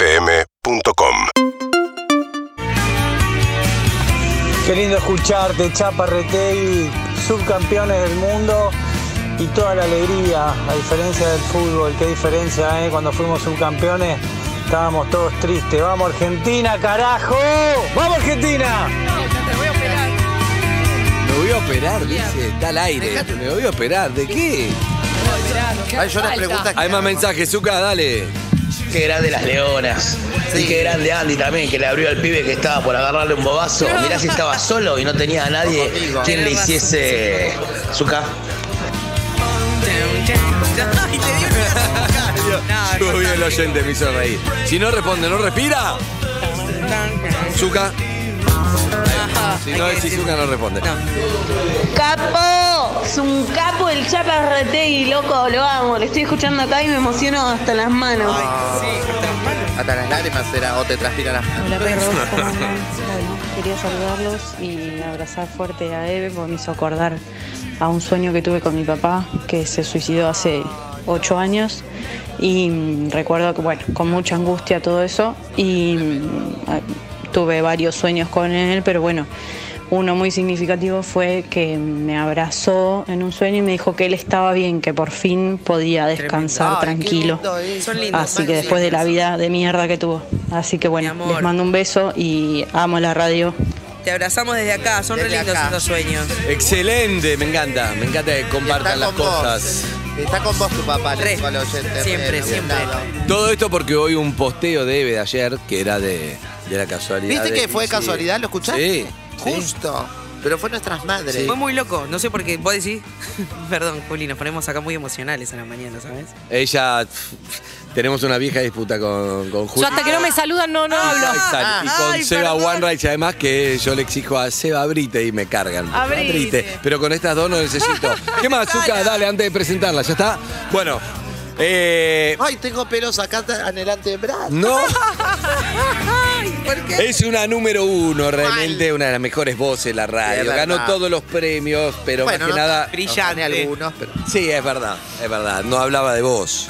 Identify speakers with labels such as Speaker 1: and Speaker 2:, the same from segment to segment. Speaker 1: UrbanaPlayFM.com
Speaker 2: Qué lindo escucharte, Chapa Retegui, subcampeones del mundo y toda la alegría, a diferencia del fútbol, qué diferencia, ¿eh? Cuando fuimos subcampeones estábamos todos tristes. ¡Vamos Argentina, carajo! ¡Vamos Argentina!
Speaker 3: Me voy a operar, dice, está al aire. Me voy a operar, ¿de qué?
Speaker 4: Hay unas preguntas que.
Speaker 3: Hay más mensajes, Zuka, dale.
Speaker 5: Qué grande las leonas. Y qué grande Andy también, que le abrió al pibe que estaba por agarrarle un bobazo. Mirá si estaba solo y no tenía a nadie quien le hiciese Zuka.
Speaker 4: Ay, te digo que-
Speaker 3: Estuvo bien el oyente, me hizo reír. Si no responde, ¿no respira? Zuka. Si no es Zuka, no responde.
Speaker 6: ¡Capo! Es un capo el Chaparretegui, loco, lo amo. Lo estoy escuchando acá y me emociono hasta las manos.
Speaker 3: Ah.
Speaker 4: Hasta las lágrimas era o te transpiran las manos.
Speaker 7: Hola perros, ¿cómo andan? Bueno, quería saludarlos y abrazar fuerte a Eve porque me hizo acordar a un sueño que tuve con mi papá que se suicidó hace ocho años y mm, recuerdo que bueno, con mucha angustia todo eso y mm, a- tuve varios sueños con él, pero bueno, uno muy significativo fue que me abrazó en un sueño y me dijo que él estaba bien, que por fin podía descansar
Speaker 8: Ay, qué
Speaker 7: tranquilo.
Speaker 8: lindo eso. Son lindos,
Speaker 7: Así que
Speaker 8: Maxi.
Speaker 7: después de la vida de mierda que tuvo. Así que bueno,
Speaker 8: Mi amor.
Speaker 7: les mando un beso y amo la radio.
Speaker 8: Te abrazamos desde acá, son
Speaker 4: Desde
Speaker 8: re lindos
Speaker 4: acá.
Speaker 8: esos sueños.
Speaker 3: Excelente, me encanta. Me encanta que compartan las cosas.
Speaker 4: vos. Está con vos tu papá, le
Speaker 8: Re.
Speaker 4: dijo al oyente.
Speaker 8: Siempre,
Speaker 4: bien
Speaker 8: siempre.
Speaker 4: dado.
Speaker 3: Todo esto porque hoy un posteo de Eve de ayer, que era de, de la casualidad.
Speaker 4: ¿Viste
Speaker 3: de-
Speaker 4: que fue
Speaker 3: sí.
Speaker 4: casualidad? ¿Lo escuchaste?
Speaker 3: Sí. sí.
Speaker 4: Justo. Pero fue nuestras madres.
Speaker 3: Sí.
Speaker 8: Fue muy loco, no sé por qué. Vos decís, perdón, Juli, nos ponemos acá muy emocionales en la mañana, ¿sabes?
Speaker 3: Ella. Tenemos una vieja disputa con, con
Speaker 9: Yo
Speaker 3: Julio.
Speaker 9: hasta que no me saludan no, no hablo.
Speaker 3: Exacto. y con
Speaker 8: Ah, Ay,
Speaker 3: Seba
Speaker 8: perdón.
Speaker 3: OneRights, además que yo le exijo a Seba Brite y me cargan.
Speaker 9: Abrite.
Speaker 3: Pero con estas dos no necesito. ¿Qué más, Zuka? Dale, antes de presentarla, ¿ya está? Bueno, eh,
Speaker 4: Ay, tengo pelos acá en el antebrazo.
Speaker 3: no
Speaker 8: ¿Por qué?
Speaker 3: es una número uno, realmente una de las mejores voces de la radio.
Speaker 4: Es verdad.
Speaker 3: Ganó todos los premios, pero más
Speaker 4: bueno,
Speaker 3: que
Speaker 4: no
Speaker 3: nada.
Speaker 4: tan brillante algunos, pero.
Speaker 3: Sí, es verdad, es verdad. No hablaba de vos.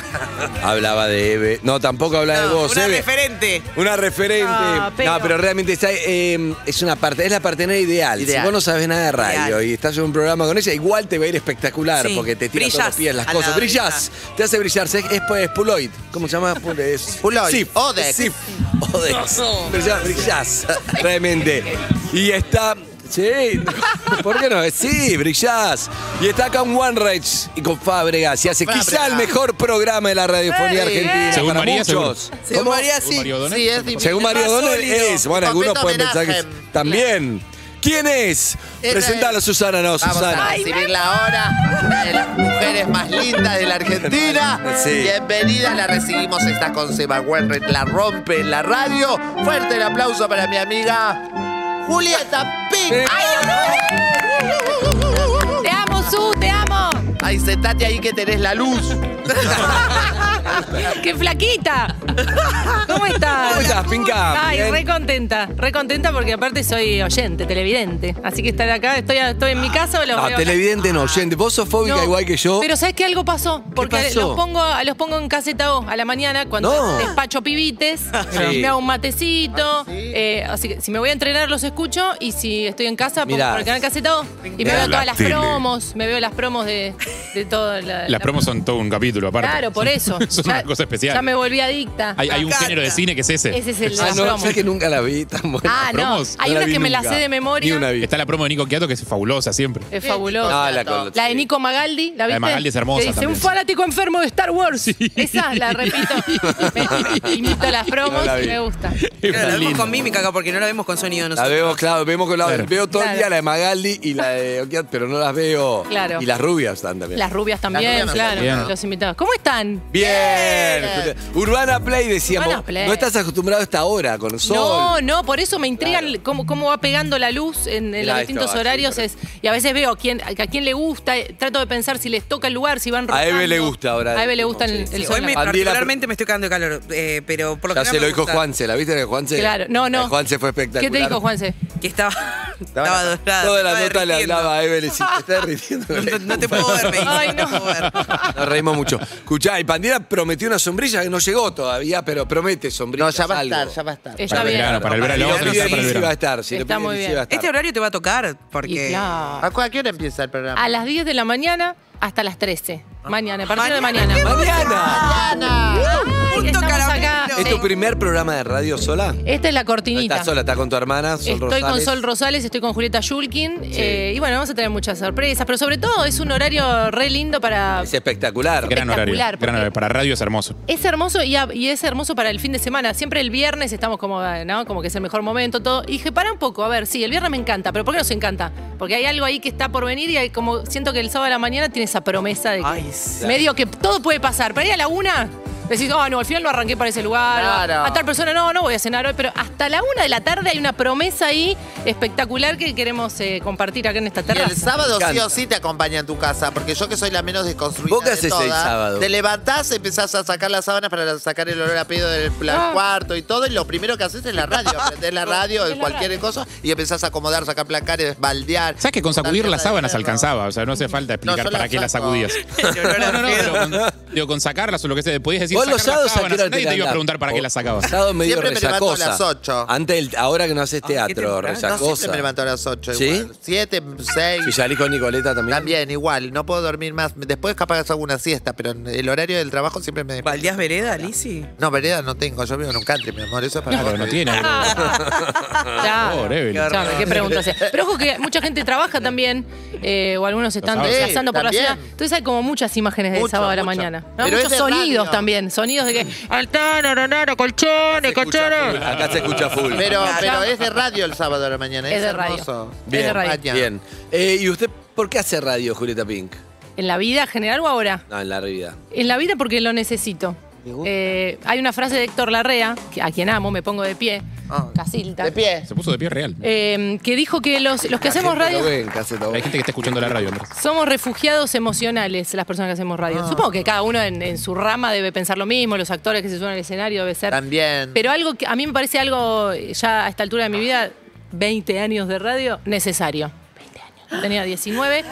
Speaker 3: hablaba de Eve. No, tampoco hablaba de
Speaker 8: No,
Speaker 3: vos,
Speaker 8: una
Speaker 3: Eve.
Speaker 8: referente.
Speaker 3: Una referente. No,
Speaker 9: No,
Speaker 3: pero,
Speaker 9: pero-
Speaker 3: realmente está, eh, es una parte, es la partenera ideal.
Speaker 4: Ideal.
Speaker 3: Si vos no sabes nada de radio
Speaker 8: Ideal.
Speaker 3: y estás en un programa con ella, igual te va a ir espectacular
Speaker 8: Sí,
Speaker 3: porque te tira todos
Speaker 8: brillás
Speaker 3: los pies las
Speaker 8: al
Speaker 3: cosas.
Speaker 8: lado de
Speaker 3: Brillás, te hace brillar. Es, es, pues, Puloid. ¿Cómo se llama? Pul- es-
Speaker 4: Puloid,
Speaker 3: Sif,
Speaker 4: Odex.
Speaker 3: Sif, Odex. Brillás, brillás, realmente. Y está. Sí, ¿por qué no? Sí, brillás. Y está acá con OneRage y con Fábregas y hace quizá el
Speaker 4: Fábregas.
Speaker 3: mejor programa de la radiofonía
Speaker 4: Ey,
Speaker 3: argentina.
Speaker 10: Según
Speaker 3: para
Speaker 10: María,
Speaker 3: muchos.
Speaker 8: Según
Speaker 3: ¿Cómo?
Speaker 8: María, sí.
Speaker 4: Sí, es difícil.
Speaker 3: Según Mario
Speaker 8: Más
Speaker 3: Donel
Speaker 8: sólido.
Speaker 3: es. Bueno,
Speaker 4: Un
Speaker 3: algunos pueden
Speaker 4: completo
Speaker 3: pensar que es-
Speaker 4: homenaje.
Speaker 3: También. ¿Quién es?
Speaker 4: Esa
Speaker 3: Presentala,
Speaker 4: es.
Speaker 3: Susana. No,
Speaker 4: Vamos
Speaker 3: Susana.
Speaker 4: a recibirla ahora, una de las mujeres más lindas de la Argentina.
Speaker 3: Sí.
Speaker 4: Bienvenida, la recibimos, está con Seba Werren, la rompe en la radio. Fuerte el aplauso para mi amiga Julieta Pink.
Speaker 3: Eh.
Speaker 9: Te amo, Su, te amo.
Speaker 4: Ay, sentate ahí que tenés la luz.
Speaker 9: ¡Qué flaquita! ¿Cómo estás?
Speaker 3: ¿Cómo estás, Pinca?
Speaker 9: Ay,
Speaker 3: Bien.
Speaker 9: re contenta, re contenta porque aparte soy oyente, televidente. Así que estar acá, estoy, estoy en mi casa o los
Speaker 3: No,
Speaker 9: veo acá.
Speaker 3: televidente no, oyente. Vos sos fóbica
Speaker 9: No,
Speaker 3: igual que yo.
Speaker 9: Pero ¿sabes qué algo pasó? Porque
Speaker 3: pasó?
Speaker 9: Los, pongo, los pongo en caseta O a la mañana cuando
Speaker 3: No.
Speaker 9: despacho pibites,
Speaker 3: Sí.
Speaker 9: me hago un matecito. eh, así que si me voy a entrenar los escucho y si estoy en casa pongo
Speaker 3: Mirá.
Speaker 9: por el canal caseta O y me
Speaker 10: Mirá.
Speaker 9: veo
Speaker 10: La
Speaker 9: todas las
Speaker 10: tele.
Speaker 9: promos, me veo las promos de, de todo. La,
Speaker 10: Las promos son todo un capítulo aparte.
Speaker 9: Claro, por eso.
Speaker 10: son una
Speaker 9: Ya-
Speaker 10: cosa especial.
Speaker 9: Ya me volví adicta.
Speaker 10: Hay, hay un género de cine que es ese.
Speaker 9: Ese es el de
Speaker 3: Ah,
Speaker 9: las
Speaker 3: no,
Speaker 9: promos.
Speaker 3: sé que nunca la vi tan buena.
Speaker 9: Ah, no.
Speaker 10: promos,
Speaker 9: Hay
Speaker 3: No la
Speaker 9: unas
Speaker 3: vi
Speaker 9: que me las
Speaker 3: nunca.
Speaker 9: sé de memoria.
Speaker 3: Ni una vi.
Speaker 10: Está la promo de Nico Quiato que es fabulosa siempre.
Speaker 9: Es fabuloso.
Speaker 3: Ah, la con-
Speaker 9: La de
Speaker 3: sí.
Speaker 9: Nico Magaldi, ¿la viste?
Speaker 10: de Magaldi es hermosa
Speaker 9: Que dice,
Speaker 10: también.
Speaker 9: un fanático enfermo de Star Wars. Esa, la repito. Me- imito las promos
Speaker 3: No la vi.
Speaker 9: y me gusta.
Speaker 8: Claro, la vemos
Speaker 10: Lindo.
Speaker 8: con mímica acá porque no la vemos con sonido
Speaker 3: La
Speaker 8: nosotros.
Speaker 3: vemos, claro, vemos con la,
Speaker 10: Claro.
Speaker 3: veo todo el día
Speaker 9: Claro.
Speaker 3: la de Magaldi y la de Okiat, pero no las veo.
Speaker 9: Claro.
Speaker 3: Y las rubias están también.
Speaker 9: Las rubias también,
Speaker 4: rubias
Speaker 9: claro.
Speaker 10: también.
Speaker 9: Los invitados. ¿Cómo están?
Speaker 3: Bien. Urbana Play decíamos.
Speaker 9: Urbana Play.
Speaker 3: No estás acostumbrado a esta hora con sol.
Speaker 9: No, no, por eso me intrigan
Speaker 3: Claro.
Speaker 9: cómo, cómo va pegando la luz en, en
Speaker 3: Mirá,
Speaker 9: los
Speaker 3: esto
Speaker 9: distintos
Speaker 3: va así,
Speaker 9: horarios.
Speaker 3: por-
Speaker 9: es- y a veces veo quién, a quién le gusta, eh, trato de pensar si les toca el lugar, si van
Speaker 3: A Eve
Speaker 9: rotando.
Speaker 3: le gusta ahora.
Speaker 9: A Eve le gusta el,
Speaker 3: Sí,
Speaker 9: el
Speaker 8: Sí,
Speaker 9: sol.
Speaker 8: hoy me,
Speaker 3: Andy, la-
Speaker 8: particularmente me estoy cagando de calor, eh, pero por lo
Speaker 3: Ya
Speaker 8: que
Speaker 3: se lo dijo Juanse, ¿la viste de Juanse?
Speaker 9: Claro, no,
Speaker 3: La de
Speaker 9: no.
Speaker 3: Juanse fue espectacular.
Speaker 9: ¿Qué te dijo, Juanse?
Speaker 8: Que estaba.
Speaker 5: Estaba
Speaker 9: dorada.
Speaker 3: Toda la
Speaker 9: estaba
Speaker 3: nota le
Speaker 9: derritiendo.
Speaker 3: hablaba a Evelyn. sí, te estás derritiendo.
Speaker 9: No, no te puedo ver, me dice,
Speaker 6: Ay,
Speaker 9: no te puedo ver.
Speaker 3: Nos reímos mucho. Escuchá, y Pandera prometió una sombrilla que no llegó todavía, pero promete sombrilla.
Speaker 5: No, ya va a
Speaker 3: algo.
Speaker 5: estar, ya va a estar.
Speaker 6: Está
Speaker 4: Para el
Speaker 6: bien.
Speaker 4: verano, para el
Speaker 3: Para
Speaker 4: verano.
Speaker 3: lo
Speaker 4: vamos
Speaker 3: pide
Speaker 4: a utilizar para el
Speaker 3: Lizzy va a
Speaker 4: verano.
Speaker 3: estar. Si lo
Speaker 6: Está
Speaker 3: pide
Speaker 6: muy
Speaker 3: Lizzy
Speaker 6: bien.
Speaker 3: va a estar.
Speaker 9: Este horario te va a tocar porque.
Speaker 6: Y claro.
Speaker 5: ¿A cu- a qué hora empieza el programa?
Speaker 6: A las 10 de la mañana hasta las 13. Mañana, a partir de
Speaker 9: Mañana,
Speaker 6: mañana.
Speaker 9: qué
Speaker 3: Ah. ¡Mañana!
Speaker 6: Ay,
Speaker 9: Punto
Speaker 6: estamos
Speaker 9: caramelo.
Speaker 6: acá.
Speaker 3: ¿Es tu primer programa de radio sola?
Speaker 6: Esta es la
Speaker 3: No
Speaker 6: cortinita.
Speaker 3: estás sola, estás con tu hermana, Sol
Speaker 6: Estoy con
Speaker 3: Rosales.
Speaker 6: Sol Rosales, estoy con Julieta Yulkin. eh, y bueno, vamos a tener muchas sorpresas. Pero sobre todo es un horario re lindo para.
Speaker 3: Es espectacular.
Speaker 4: Gran horario.
Speaker 6: Espectacular,
Speaker 4: Gran
Speaker 6: porque-
Speaker 4: horario. Para radio es hermoso.
Speaker 6: Es hermoso y, a- y es hermoso para el fin de semana. Siempre el viernes estamos como, eh, ¿no? Como que es el mejor momento, todo. Y dije, para un poco, a ver, sí, el viernes me encanta, pero ¿por qué nos encanta? Porque hay algo ahí que está por venir y hay como siento que el sábado a la mañana tiene esa promesa de que
Speaker 9: Ay, sí.
Speaker 6: medio que todo puede pasar. Pero ahí a la una decís, oh, no, al final no arranqué para ese lugar.
Speaker 5: Claro.
Speaker 6: A tal persona, no, no voy a cenar hoy. Pero hasta la una de la tarde hay una promesa ahí espectacular que queremos eh, compartir acá en esta
Speaker 5: Y el
Speaker 6: terraza.
Speaker 5: sábado
Speaker 3: Me
Speaker 5: sí o
Speaker 3: encanta.
Speaker 5: sí te acompaña en tu casa, porque yo que soy la menos desconstruida
Speaker 3: ¿Vos qué
Speaker 5: de
Speaker 3: haces el
Speaker 5: todas,
Speaker 3: sábado?
Speaker 5: Te levantás, empezás a sacar las sábanas para sacar el olor a pedo del pla-
Speaker 6: Ah.
Speaker 5: cuarto y todo, y lo primero que haces es la radio, prendés la radio,
Speaker 6: Es la
Speaker 5: cualquier cosa, y empezás a acomodar, sacar placares, baldear.
Speaker 4: ¿Sabes que con sacudir las sábanas alcanzaba? O sea, no hace falta explicar
Speaker 5: yo
Speaker 4: para
Speaker 5: las
Speaker 4: qué las
Speaker 5: saco.
Speaker 4: sacudías.
Speaker 9: El olor a
Speaker 4: No, no, no,
Speaker 9: pedo.
Speaker 4: pero con, digo, con sacarlas o lo que sea. Podías decir,
Speaker 3: Vos
Speaker 4: sacar
Speaker 3: los sábados
Speaker 4: las
Speaker 3: a qué hora
Speaker 4: sábanas. Nadie
Speaker 3: te
Speaker 4: te iba a
Speaker 3: andás?
Speaker 4: preguntar para qué
Speaker 3: O-
Speaker 4: las sacabas.
Speaker 3: Sábado medio
Speaker 5: Siempre me levanto a
Speaker 3: resacosa.
Speaker 5: las ocho.
Speaker 3: Antes, el- ahora que no haces
Speaker 9: Ay, qué
Speaker 3: teatro,
Speaker 9: temprano.
Speaker 5: No, siempre
Speaker 3: resacosa.
Speaker 5: me levanto a las 8
Speaker 3: ¿Sí?
Speaker 5: igual. 7, 6.
Speaker 3: Si salís con Nicoleta también.
Speaker 5: También, igual, no puedo dormir más. Después capaz hago una siesta, pero el horario del trabajo siempre me...
Speaker 9: ¿Baldías vereda, Lizzy?
Speaker 5: No, vereda no tengo, yo vivo en un country, mi amor, eso es para...
Speaker 4: Claro, no tiene.
Speaker 6: Ya.
Speaker 4: Pobre Evelyn.
Speaker 6: Ya, Ah, ¿Qué preguntas? Pero ojo que mucha gente trabaja también, eh, o algunos están
Speaker 4: sábados.
Speaker 6: desplazando
Speaker 5: Sí,
Speaker 6: por la
Speaker 5: también.
Speaker 6: ciudad. Entonces hay como muchas imágenes del
Speaker 5: Mucho,
Speaker 6: sábado a la
Speaker 5: mucho.
Speaker 6: mañana. ¿no?
Speaker 5: Pero
Speaker 6: Muchos
Speaker 5: es de
Speaker 6: sonidos
Speaker 5: radio.
Speaker 6: también, sonidos de que. Altano, nanano, colchones, colchones.
Speaker 3: Acá se escucha full.
Speaker 5: Pero,
Speaker 6: Claro.
Speaker 5: pero es de radio el sábado a la mañana.
Speaker 6: Es
Speaker 5: Es,
Speaker 6: de radio.
Speaker 5: hermoso.
Speaker 6: Es de radio.
Speaker 5: Maña.
Speaker 3: Bien. Eh, ¿Y usted por qué hace radio, Julieta Pink?
Speaker 6: ¿En la vida general o ahora?
Speaker 3: No, en la realidad.
Speaker 6: En la vida porque lo necesito. Eh, hay una frase de Héctor Larrea, que- a quien amo, me pongo de pie,
Speaker 5: Ah.
Speaker 6: Casilda,
Speaker 5: De pie.
Speaker 4: Se puso de pie real.
Speaker 6: eh, que dijo que los, los que hacemos radio.
Speaker 4: Hay gente que está escuchando la radio, Andrés.
Speaker 6: Somos refugiados emocionales las personas que hacemos radio.
Speaker 5: Ah.
Speaker 6: Supongo que cada uno en, en su rama debe pensar lo mismo, los actores que se suben al escenario debe ser.
Speaker 5: También.
Speaker 6: Pero algo que a mí me parece algo, ya a esta altura de mi vida, 20 años de radio, necesario. 20 años. Tenía 19.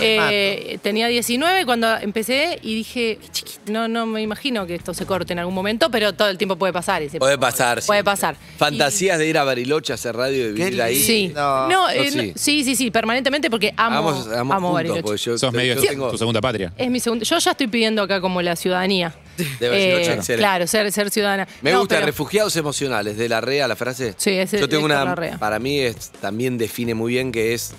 Speaker 6: eh, tenía 19 cuando empecé y dije, "Qué chiquito, no, no me imagino que esto se corte en algún momento, pero todo el tiempo puede pasar. y se-
Speaker 3: Puede pasar.
Speaker 6: Puede
Speaker 3: sí.
Speaker 6: pasar.
Speaker 3: Fantasías de ir a Bariloche a hacer radio y de vivir ahí.
Speaker 6: Sí.
Speaker 5: No.
Speaker 6: No,
Speaker 3: Yo
Speaker 6: eh, no-
Speaker 3: sí.
Speaker 6: sí. sí, sí, permanentemente porque amo,
Speaker 3: Vamos, vamos
Speaker 6: amo
Speaker 3: juntos, pues.
Speaker 6: Bariloche.
Speaker 3: porque yo,
Speaker 4: Sos medio
Speaker 3: yo
Speaker 4: de
Speaker 3: tengo
Speaker 4: tu segunda patria.
Speaker 6: Es mi segundo. Yo ya estoy pidiendo acá como la ciudadanía.
Speaker 3: de Bariloche, excelente.
Speaker 6: Eh, claro, ser, ser ciudadana.
Speaker 3: Me
Speaker 6: No,
Speaker 3: gusta
Speaker 6: pero-
Speaker 3: refugiados emocionales, de la REA la frase.
Speaker 6: Sí, es-
Speaker 3: Yo tengo
Speaker 6: es
Speaker 3: una.
Speaker 6: de Larrea.
Speaker 3: Para mí es, también define muy bien que es